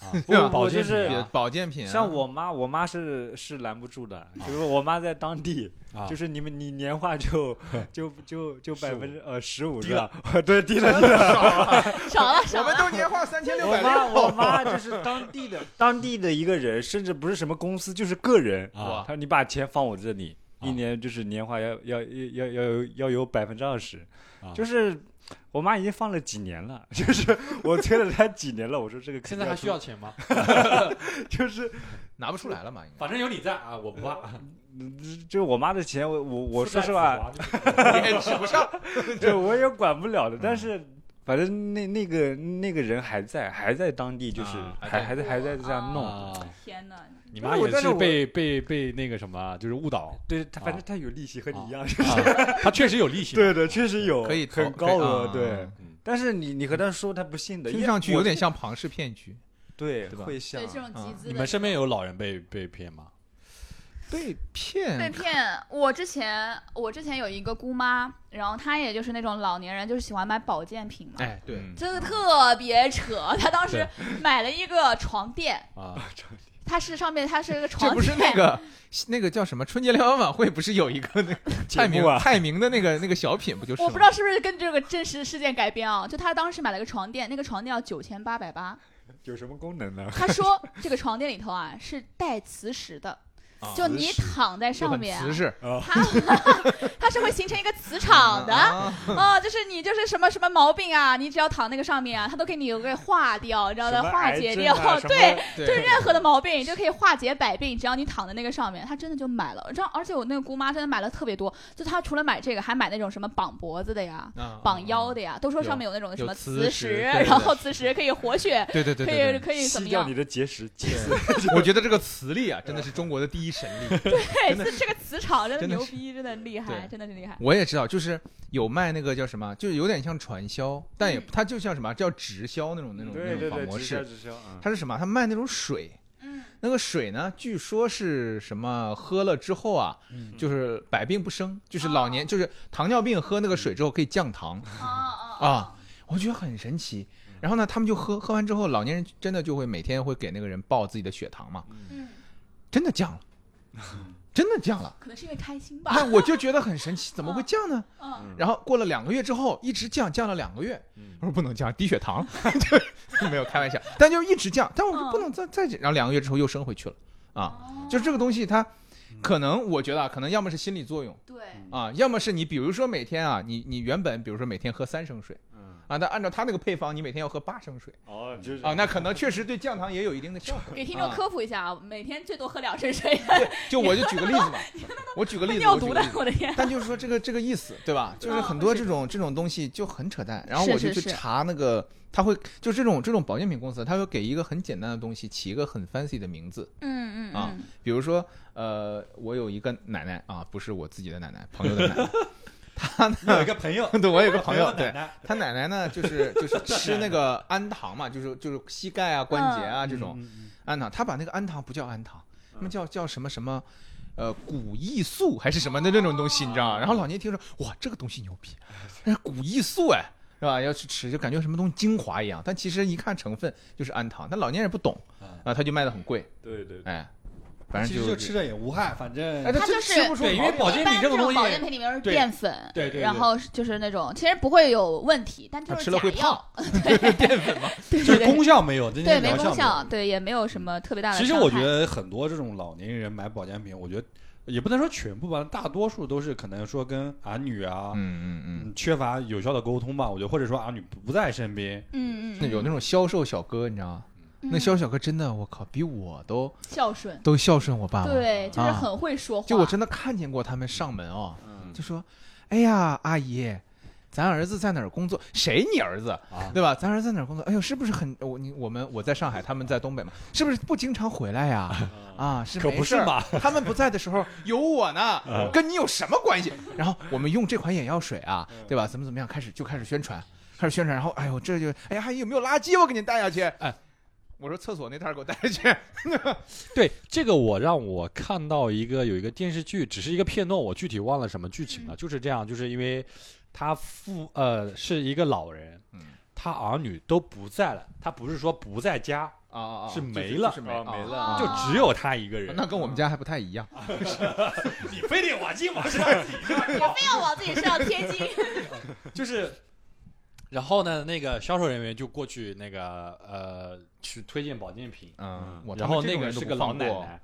Speaker 2: 啊，
Speaker 6: 对啊
Speaker 2: 保
Speaker 6: 我
Speaker 2: 健
Speaker 6: 就是
Speaker 2: 品
Speaker 1: 别
Speaker 2: 啊
Speaker 1: 保健品啊，
Speaker 6: 像我妈，我妈是是拦不住的，就是我妈在当地，
Speaker 2: 啊
Speaker 6: 就是你们你年化就就就就百分之呃十五
Speaker 2: 低
Speaker 6: 是吧？对，低了低了。
Speaker 3: 少了少
Speaker 1: 我们
Speaker 3: 了，
Speaker 1: 都年化三千六
Speaker 6: 我
Speaker 1: 百
Speaker 6: 妈
Speaker 1: 六。
Speaker 6: 我妈就是当地的当地的一个人，甚至不是什么公司，就是个人。
Speaker 2: 啊
Speaker 6: 她说你把钱放我这里，
Speaker 2: 啊
Speaker 6: 一年就是年化要要要要要有要有百分之二十
Speaker 2: 啊，
Speaker 6: 就是。我妈已经放了几年了， 就是我催了她几年了。我说这个
Speaker 2: 现在还需
Speaker 6: 要
Speaker 2: 要钱 吗？
Speaker 6: 出，就是
Speaker 1: 拿不出来了嘛，应
Speaker 2: 反正有你在啊，我不 怕。
Speaker 6: 就是我妈的钱，我我我说实话，
Speaker 2: 啊
Speaker 1: 该也使不上。
Speaker 6: 对，我也管不了的，
Speaker 1: 嗯
Speaker 6: 但是。反正那那个那个人还在，还在当地，就是、
Speaker 1: 啊还
Speaker 6: 还
Speaker 1: 在
Speaker 6: 还在还在这样弄。
Speaker 2: 啊，
Speaker 3: 天哪，
Speaker 2: 你
Speaker 6: 不是
Speaker 2: 妈
Speaker 6: 我
Speaker 2: 也
Speaker 6: 但是
Speaker 2: 是
Speaker 6: 我
Speaker 2: 被被被那个什么，就是误 导。
Speaker 6: 对他，
Speaker 2: 啊
Speaker 6: 反正他有利息和你一 样，
Speaker 2: 啊他确实有利息嘛。
Speaker 6: 对的，确实有，
Speaker 1: 可以投
Speaker 6: 很高额，
Speaker 1: 可以啊
Speaker 6: 对。但是你你和他说，他不信的，因
Speaker 1: 听
Speaker 6: 为
Speaker 1: 上去
Speaker 6: 我
Speaker 1: 有点像庞氏骗局。
Speaker 6: 对，
Speaker 1: 对吧
Speaker 6: 会像
Speaker 3: 对这种集资
Speaker 1: 嗯
Speaker 3: 的，
Speaker 2: 你们身边有老人被被骗吗？
Speaker 1: 被
Speaker 3: 被
Speaker 1: 骗，
Speaker 3: 骗。我之前我之前有一个姑妈，然后她也就是那种老年人，就是喜欢买保健品嘛。
Speaker 1: 哎，对，
Speaker 2: 嗯
Speaker 3: 这个特别扯，她当时买了一个床垫，
Speaker 2: 啊，
Speaker 3: 它是上面它是一个床
Speaker 1: 这不
Speaker 3: 垫，
Speaker 1: 是那个那个叫什么春节联欢晚会，不是有一个那个蔡明
Speaker 6: 节目啊
Speaker 1: 蔡明的那个那个小品，不就是吗？
Speaker 3: 我不知道是不是跟这个真实事件改编啊？就她当时买了个床垫，那个床垫要九千八百八，
Speaker 6: 有什么功能呢？
Speaker 3: 她说这个床垫里头啊是带磁石的，就你躺在
Speaker 1: 啊就
Speaker 3: 上
Speaker 1: 很
Speaker 3: 面啊、
Speaker 1: 瓷实
Speaker 3: 它 它是会形成一个磁场的。
Speaker 1: 啊
Speaker 3: 哦，就是你就是什么什么毛病啊，你只要躺那个上面啊，它都给你给化掉，你知道
Speaker 6: 什
Speaker 3: 的，
Speaker 6: 么
Speaker 3: 化
Speaker 6: 癌
Speaker 3: 解
Speaker 6: 症
Speaker 3: 掉，
Speaker 6: 啊什么
Speaker 3: 对，
Speaker 1: 对，
Speaker 3: 就是任何的毛病你就可以化解百病，只要你躺在那个上面，她真的就买了。你知道，而且我那个姑妈真的买了特别多，就她除了买这个，还买那种什么绑脖子的呀。
Speaker 1: 啊
Speaker 3: 绑腰的呀，都说上面有那种什么磁石，然后磁石可以活血，
Speaker 1: 对对对
Speaker 3: 可
Speaker 1: 对
Speaker 3: 以
Speaker 1: 对
Speaker 3: 可以怎
Speaker 6: 吸
Speaker 3: 么
Speaker 6: 掉
Speaker 3: 样
Speaker 6: 你？的结石，结石
Speaker 1: 对，我觉得这个磁力啊，真的是中国的第一神力。
Speaker 3: 对，
Speaker 1: 真的
Speaker 3: 这这个磁场真的
Speaker 1: 真的
Speaker 3: 牛
Speaker 1: 是
Speaker 3: 逼，真的厉害，
Speaker 1: 对
Speaker 3: 真的是厉害。
Speaker 1: 我也知道，就是有卖那个叫什么，就是有点像传销，但也
Speaker 3: 嗯
Speaker 1: 它就像什么叫直销那种那种
Speaker 6: 对
Speaker 1: 那种
Speaker 6: 对对，
Speaker 1: 仿模
Speaker 6: 直销
Speaker 1: 式。
Speaker 6: 直销啊，
Speaker 1: 它是什么？它卖那种水，
Speaker 3: 嗯，
Speaker 1: 那个水呢，据说是什么喝了之后啊，
Speaker 5: 嗯
Speaker 1: 就是百病不生，就是老年、就是糖尿病喝那个水之后可以降糖
Speaker 3: 啊啊
Speaker 1: 啊，我觉得很神奇。然后呢，他们就喝，喝完之后，老年人真的就会每天会给那个人报自己的血糖嘛，
Speaker 3: 嗯，
Speaker 1: 真的 降了，真的降了。
Speaker 3: 可能是因为开心吧。
Speaker 1: 哎，我就觉得很神奇，怎么会降呢？
Speaker 3: 嗯，
Speaker 1: 然后过了两个月之后，一直降，降了两个月，
Speaker 6: 嗯
Speaker 1: 我说不能降，低血糖， 就没有开玩笑，但就一直降，但我
Speaker 3: 嗯
Speaker 1: 说不能再再，然后两个月之后又升回去了，啊，
Speaker 3: 哦
Speaker 1: 就这个东西它，可能我觉得啊，可能要么是心理作用
Speaker 3: 对，
Speaker 1: 啊，要么是你比如说每天啊，你你原本比如说每天喝三升水，啊，但按照他那个配方，你每天要喝八升水
Speaker 6: 嗯哦，就是
Speaker 1: 啊，那可能确实对降糖也有一定的效果。
Speaker 3: 给听众
Speaker 1: 啊
Speaker 3: 科普一下啊，每天最多喝两升水，
Speaker 1: 就我就举个例 子嘛，我举个 例子，我
Speaker 3: 尿
Speaker 1: 举
Speaker 3: 毒
Speaker 1: 个
Speaker 3: 的
Speaker 1: 例，子。
Speaker 3: 我的 天！
Speaker 1: 但就是说这个这个意思，对吧？就是很多这种这种东西就很扯淡。然后
Speaker 3: 是
Speaker 1: 我就是去
Speaker 3: 是
Speaker 1: 查那个，他会就这种这种保健品公司，他会给一个很简单的东西起一个很 fancy 的名字，
Speaker 3: 嗯嗯
Speaker 1: 啊
Speaker 3: 嗯，
Speaker 1: 比如说呃，我有一个奶奶啊，不是我自己的奶奶，朋友的奶奶，她呢，
Speaker 4: 有一个朋友，
Speaker 1: 对我有个朋友，
Speaker 4: 的奶
Speaker 1: 对
Speaker 4: 奶
Speaker 1: 她奶奶呢，就是就是吃那个氨糖嘛，就是就是膝盖啊、关节啊这
Speaker 6: 嗯
Speaker 1: 种氨糖，她把那个氨糖不叫氨糖，他们叫叫什么什么。呃，骨益素还是什么的那种东西，你知道吗？然后老年听说，哇，这个东西牛逼，那是骨益素哎，是吧？要去吃就感觉什么东西精华一样，但其实一看成分就是氨糖，但老年人不懂啊，他就卖的很贵，
Speaker 6: 对对对，
Speaker 1: 哎，反
Speaker 5: 其
Speaker 1: 正
Speaker 5: 实就
Speaker 1: 就
Speaker 5: 吃，着也无害，反正
Speaker 1: 哎，他
Speaker 3: 它
Speaker 1: 吃
Speaker 3: 就是
Speaker 1: 吃不出毛
Speaker 4: 对，
Speaker 1: 病
Speaker 4: 因
Speaker 1: 来，
Speaker 4: 为保健
Speaker 3: 一
Speaker 4: 品
Speaker 3: 般
Speaker 4: 这
Speaker 3: 这
Speaker 4: 种
Speaker 3: 种
Speaker 4: 东西
Speaker 3: 保，健品里面是
Speaker 4: 对
Speaker 3: 淀粉，
Speaker 4: 对对对
Speaker 3: 然后就是那种其实不会有问题，但就
Speaker 1: 他
Speaker 3: 是
Speaker 1: 吃了
Speaker 3: 假
Speaker 1: 会
Speaker 3: 药
Speaker 1: 胖，
Speaker 3: 对
Speaker 4: 就
Speaker 3: 对
Speaker 4: 是
Speaker 3: 对，
Speaker 4: 功效没有，真
Speaker 3: 对
Speaker 4: 正
Speaker 3: 没
Speaker 4: 疗
Speaker 3: 功
Speaker 4: 效
Speaker 3: 效，对也没有什么特别大
Speaker 2: 嗯
Speaker 3: 的
Speaker 2: 其
Speaker 3: 伤害。
Speaker 2: 实我觉得很多这种老年人买保健品，我觉得也不能说全部吧，大多数都是可能说跟儿女啊，
Speaker 1: 嗯嗯嗯，
Speaker 2: 嗯，缺乏有效的沟通吧，我觉得，或者说儿女不不在身边，
Speaker 3: 嗯嗯嗯
Speaker 1: 那有那种销售小哥，你知道吗？那销售小哥真的，我靠，比我都
Speaker 3: 孝顺，
Speaker 1: 都孝顺我爸妈。
Speaker 3: 对，就是
Speaker 1: 啊
Speaker 3: 很会说话。
Speaker 1: 就我真的看见过他们上门哦，
Speaker 6: 嗯
Speaker 1: 就说：“哎呀，阿姨，咱儿子在哪儿工作？谁你儿子？对吧？咱儿子在哪儿工作？哎呦，是不是很我你我们我在上海，他们在东北嘛，是不是不经常回来呀？啊，是
Speaker 2: 可
Speaker 1: 没
Speaker 2: 不
Speaker 1: 事
Speaker 2: 是
Speaker 1: 儿？
Speaker 2: 嘛？
Speaker 1: 他们不在的时候有我呢，跟你有什么关系？然后我们用这款眼药水啊，对吧？怎么怎么样，开始就开始宣传，开始宣传，然后哎呦，这就哎呀，阿姨有没有垃圾？我给你带下去。哎，我说厕所那袋儿给我带下去。
Speaker 2: 对这个，我让我看到一个有一个电视剧，只是一个片段，我具体忘了什么剧情
Speaker 3: 嗯
Speaker 2: 了。就是这样，就是因为他父呃是一个老人，
Speaker 1: 嗯
Speaker 2: 他儿女都不在了，他不是说不在家，
Speaker 1: 啊啊啊！
Speaker 2: 是
Speaker 1: 就
Speaker 2: 没
Speaker 1: 就
Speaker 2: 了
Speaker 1: 是没
Speaker 6: 哦没了
Speaker 1: 啊
Speaker 3: 啊
Speaker 2: 就只有他一个人。
Speaker 1: 那跟我们家还不太一样。
Speaker 2: 你非得往进往上，
Speaker 3: 非要往自己身上贴金。
Speaker 2: 就是。然后呢，那个销售人员就过去那个呃去推荐保健品，
Speaker 1: 嗯，我
Speaker 2: 然
Speaker 1: 他妈
Speaker 2: 后
Speaker 1: 这
Speaker 2: 那
Speaker 1: 种
Speaker 2: 个
Speaker 1: 人都
Speaker 2: 是
Speaker 1: 不
Speaker 2: 个老
Speaker 1: 放
Speaker 2: 奶
Speaker 1: 过，
Speaker 2: 奶，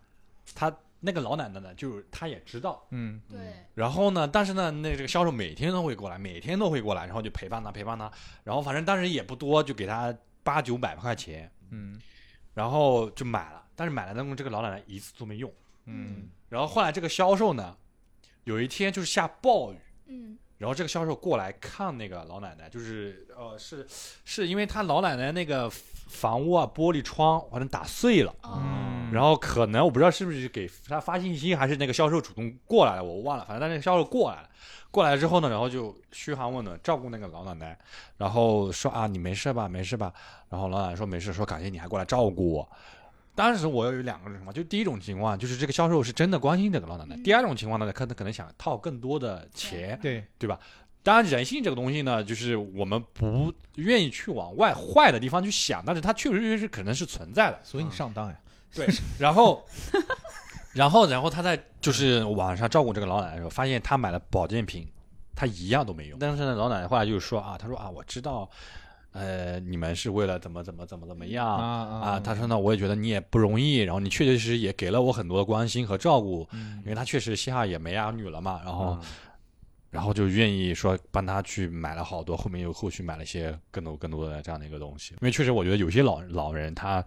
Speaker 2: 她那个老奶奶呢，就是她也知道。
Speaker 1: 嗯，
Speaker 3: 对，
Speaker 2: 然后呢，但是呢，那这个销售每天都会过来，每天都会过来，然后就陪伴她，陪伴她。然后反正当时也不多，就给她八九百块钱，
Speaker 1: 嗯
Speaker 2: 然后就买了。但是买了，那么这个老奶奶一次都没用。
Speaker 1: 嗯
Speaker 2: 然后后来这个销售呢，有一天就是下暴雨，
Speaker 3: 嗯
Speaker 2: 然后这个销售过来看那个老奶奶，就是呃是是因为她老奶奶那个房屋啊玻璃窗反正打碎了。
Speaker 3: 哦，
Speaker 1: 嗯
Speaker 2: 然后可能我不知道是不是给他发信息，还是那个销售主动过来了，我忘了。反正那个销售过来了，过来之后呢，然后就嘘寒问暖，照顾那个老奶奶，然后说啊，你没事吧，没事吧。然后老奶奶说没事，说感谢你还过来照顾我。当时我有两个情况，就第一种情况就是这个销售是真的关心这个老奶奶，
Speaker 3: 嗯
Speaker 2: 第二种情况呢，可能可能想套更多的钱。
Speaker 1: 对，
Speaker 2: 当然，人性这个东西呢，就是我们不愿意去往外坏的地方去想，但是它确实确实是可能是存在的。
Speaker 1: 所以你上当呀，
Speaker 2: 然后， 然后，然后他在就是网上照顾这个老奶奶的时候，发现她买了保健品，她一样都没用。但是呢，老奶奶后来就说啊，她说啊，我知道，呃，你们是为了怎么怎么怎么怎么样啊
Speaker 1: 啊
Speaker 2: 她说呢，我也觉得你也不容易，然后你确确实实也给了我很多的关心和照顾，因为她确实膝下也没儿女了嘛，然后。然后就愿意说帮她去买了好多，后面又后续买了一些更多更多的这样的一个东西，因为确实我觉得有些老老人他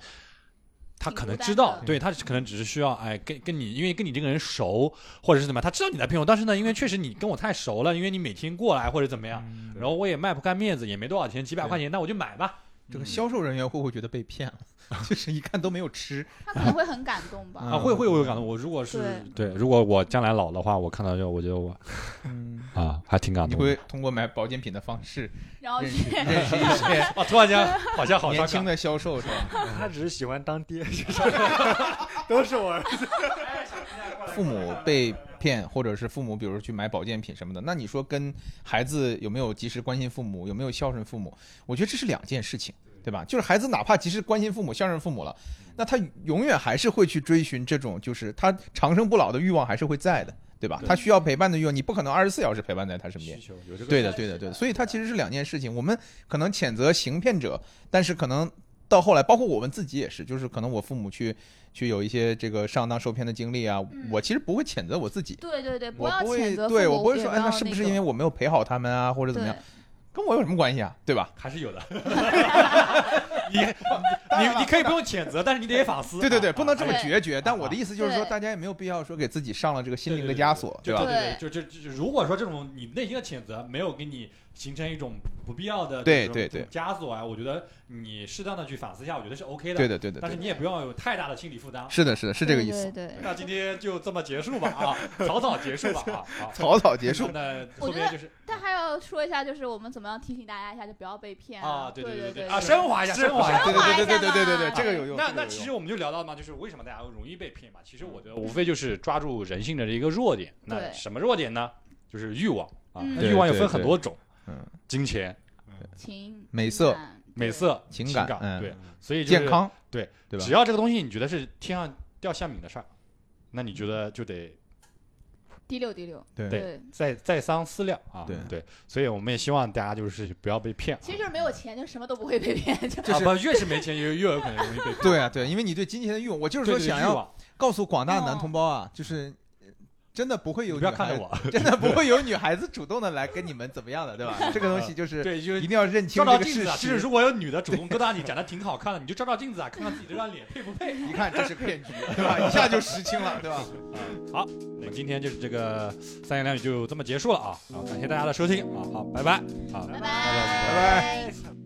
Speaker 2: 他
Speaker 3: 挺
Speaker 2: 可
Speaker 3: 孤
Speaker 2: 能
Speaker 3: 单
Speaker 2: 知道
Speaker 3: 的，
Speaker 2: 对他可能只是需要哎跟跟你，因为跟你这个人熟，或者是怎么样，他知道你在骗我，但是呢，因为确实你跟我
Speaker 1: 哎
Speaker 2: 太嗯熟了，因为你每天过来或者怎么样，然后我也卖不开面子，也没多少钱，几百块钱，那我就买吧，
Speaker 1: 这个销售人员会不会觉得被骗了？ 就是一看都没有吃，
Speaker 3: 他可能会很感动吧。
Speaker 2: 啊，会会有
Speaker 1: 嗯
Speaker 2: 感动。我如果是对，如果我将来老的话，我看到这，我觉得我
Speaker 1: 嗯，
Speaker 2: 啊，还挺感
Speaker 1: 你
Speaker 2: 动的。
Speaker 1: 会通过买保健品的方式
Speaker 3: 然后
Speaker 1: 认
Speaker 3: 去
Speaker 1: 识
Speaker 2: 嗯
Speaker 1: 认识一些
Speaker 2: 啊，突 然间好像好
Speaker 1: 年
Speaker 2: 伤
Speaker 1: 轻
Speaker 2: 感。
Speaker 1: 的销售是吧？
Speaker 5: 他只是喜欢当 爹，就是都是我儿子。
Speaker 1: 父母被骗，或者是父母比如去买保健品什么的，那你说跟孩子有没有及时关心父母，有没有孝顺父母？我觉得这是两件事情，对吧？就是孩子哪怕及时关心父母、孝顺父母了，那他永远还是会去追寻这种，就是他长生不老的欲望还是会在的，对吧？
Speaker 2: 对
Speaker 1: 他需要陪伴的欲望，你不可能二十四小时陪伴在他身边
Speaker 2: 需。求有这个
Speaker 1: 对的，对的，对的。所以它其实是两件事情。我们可能谴责行骗者，但是可能到后来，包括我们自己也是，就是可能我父母去去有一些这个上当受骗的经历啊，
Speaker 3: 嗯
Speaker 1: 我其实不会谴责我自己，
Speaker 3: 对对对，不
Speaker 1: 我
Speaker 3: 要
Speaker 1: 不
Speaker 3: 谴
Speaker 1: 会，
Speaker 3: 责父母，
Speaker 1: 对我不会说，
Speaker 3: 也
Speaker 1: 哎，
Speaker 3: 要
Speaker 1: 那是不是因为我没有陪好他们啊，或者
Speaker 3: 那
Speaker 1: 怎么样
Speaker 3: 个？
Speaker 1: 跟我有什么关系啊？对吧？
Speaker 2: 还是有 的。你你你可以不用谴责，但是你得反思。啊
Speaker 1: 对对对，不能这么
Speaker 3: 对
Speaker 1: 决绝。但我的意思就是说，
Speaker 3: 对
Speaker 1: 大家也没有必要说给自己上了这个心
Speaker 2: 对
Speaker 1: 灵
Speaker 2: 对
Speaker 1: 的
Speaker 2: 对
Speaker 1: 枷锁，
Speaker 2: 对
Speaker 1: 吧？
Speaker 2: 对对，就就就如果说这种你内心的谴责没有给你形成一种不必要的
Speaker 1: 对
Speaker 2: 这种
Speaker 1: 对
Speaker 2: 这种枷锁啊，我觉得你适当的去反思一下，我觉得是 OK 的。
Speaker 1: 对的，对的，
Speaker 2: 但
Speaker 1: 对
Speaker 2: 是
Speaker 1: 的，
Speaker 2: 你也不要有太大的心理负担。
Speaker 1: 是的，是的，是这个意思
Speaker 3: 对。对对
Speaker 2: 那今天就这么结束吧啊，草草结束吧啊，好。
Speaker 1: 草草结束，
Speaker 2: 那
Speaker 3: 我
Speaker 2: 后
Speaker 3: 觉
Speaker 2: 面
Speaker 3: 得
Speaker 2: 就是
Speaker 3: 但还要说一下，就是我们怎么样提醒大家一下，就不要被骗
Speaker 2: 啊，
Speaker 3: 对
Speaker 2: 对对
Speaker 3: 对
Speaker 2: 对啊，
Speaker 3: 啊，
Speaker 2: 升华一下，升华一
Speaker 1: 哎
Speaker 2: 下。
Speaker 1: 对对对对对对对对，
Speaker 3: 升华一下嘛
Speaker 1: 这个有用。
Speaker 2: 那
Speaker 1: 这个
Speaker 2: 那
Speaker 1: 有
Speaker 2: 其
Speaker 1: 用
Speaker 2: 实我们就聊到嘛，就是为什么大家容易被骗嘛。其实我觉得无非就是抓住人性的一个弱点。那
Speaker 3: 对
Speaker 2: 什么弱点呢？就是欲望啊。
Speaker 3: 嗯
Speaker 2: 那
Speaker 1: 对
Speaker 2: 欲望
Speaker 1: 对
Speaker 2: 也分很
Speaker 1: 对
Speaker 2: 多种，
Speaker 1: 嗯，
Speaker 2: 金钱、
Speaker 3: 情
Speaker 1: 美色、
Speaker 2: 美，色、
Speaker 1: 情
Speaker 2: 感，
Speaker 1: 感嗯
Speaker 2: 对，所以就是
Speaker 1: 健。康，
Speaker 2: 对
Speaker 1: 对吧
Speaker 2: 只？要这个东西你觉得是天上掉馅饼的事儿，那你觉得就得
Speaker 3: 第六第六，
Speaker 1: 对
Speaker 3: 对，
Speaker 2: 再再三思量啊。
Speaker 1: 对
Speaker 2: 对，所以我们也希望大家就是不要被骗啊。
Speaker 3: 其实就是没有钱就什么都不会被骗，就
Speaker 2: 啊不越是没钱，越越有可能容 易被骗。
Speaker 1: 对啊，对啊，因为你对金钱的欲望，我就是
Speaker 2: 对
Speaker 1: 说
Speaker 2: 对
Speaker 1: 想
Speaker 2: 欲
Speaker 1: 要
Speaker 2: 望
Speaker 1: 告诉广大男同胞啊，就是呃真的不会有
Speaker 2: 你
Speaker 1: 女
Speaker 2: 不要看
Speaker 1: 孩
Speaker 2: 着
Speaker 1: 子，
Speaker 2: 我，
Speaker 1: 真的不会有女孩子主动的来跟你们怎么样的，对吧？这个东西 就是
Speaker 2: 对，就是
Speaker 1: 一定要认清这
Speaker 2: 照照
Speaker 1: 个
Speaker 2: 镜
Speaker 1: 事
Speaker 2: 子啊，就是
Speaker 1: 实。
Speaker 2: 如果有女的主动勾搭你，长得挺好看的，你就照照镜子啊，看看自己这张脸配不配。
Speaker 1: 一看这是骗局，对吧？一下就识清了，对 吧？
Speaker 2: 好，那么今天就是这个三言两语就这么结束了啊，然后感谢大家的收听啊，好，拜拜啊。
Speaker 1: 拜
Speaker 3: 拜拜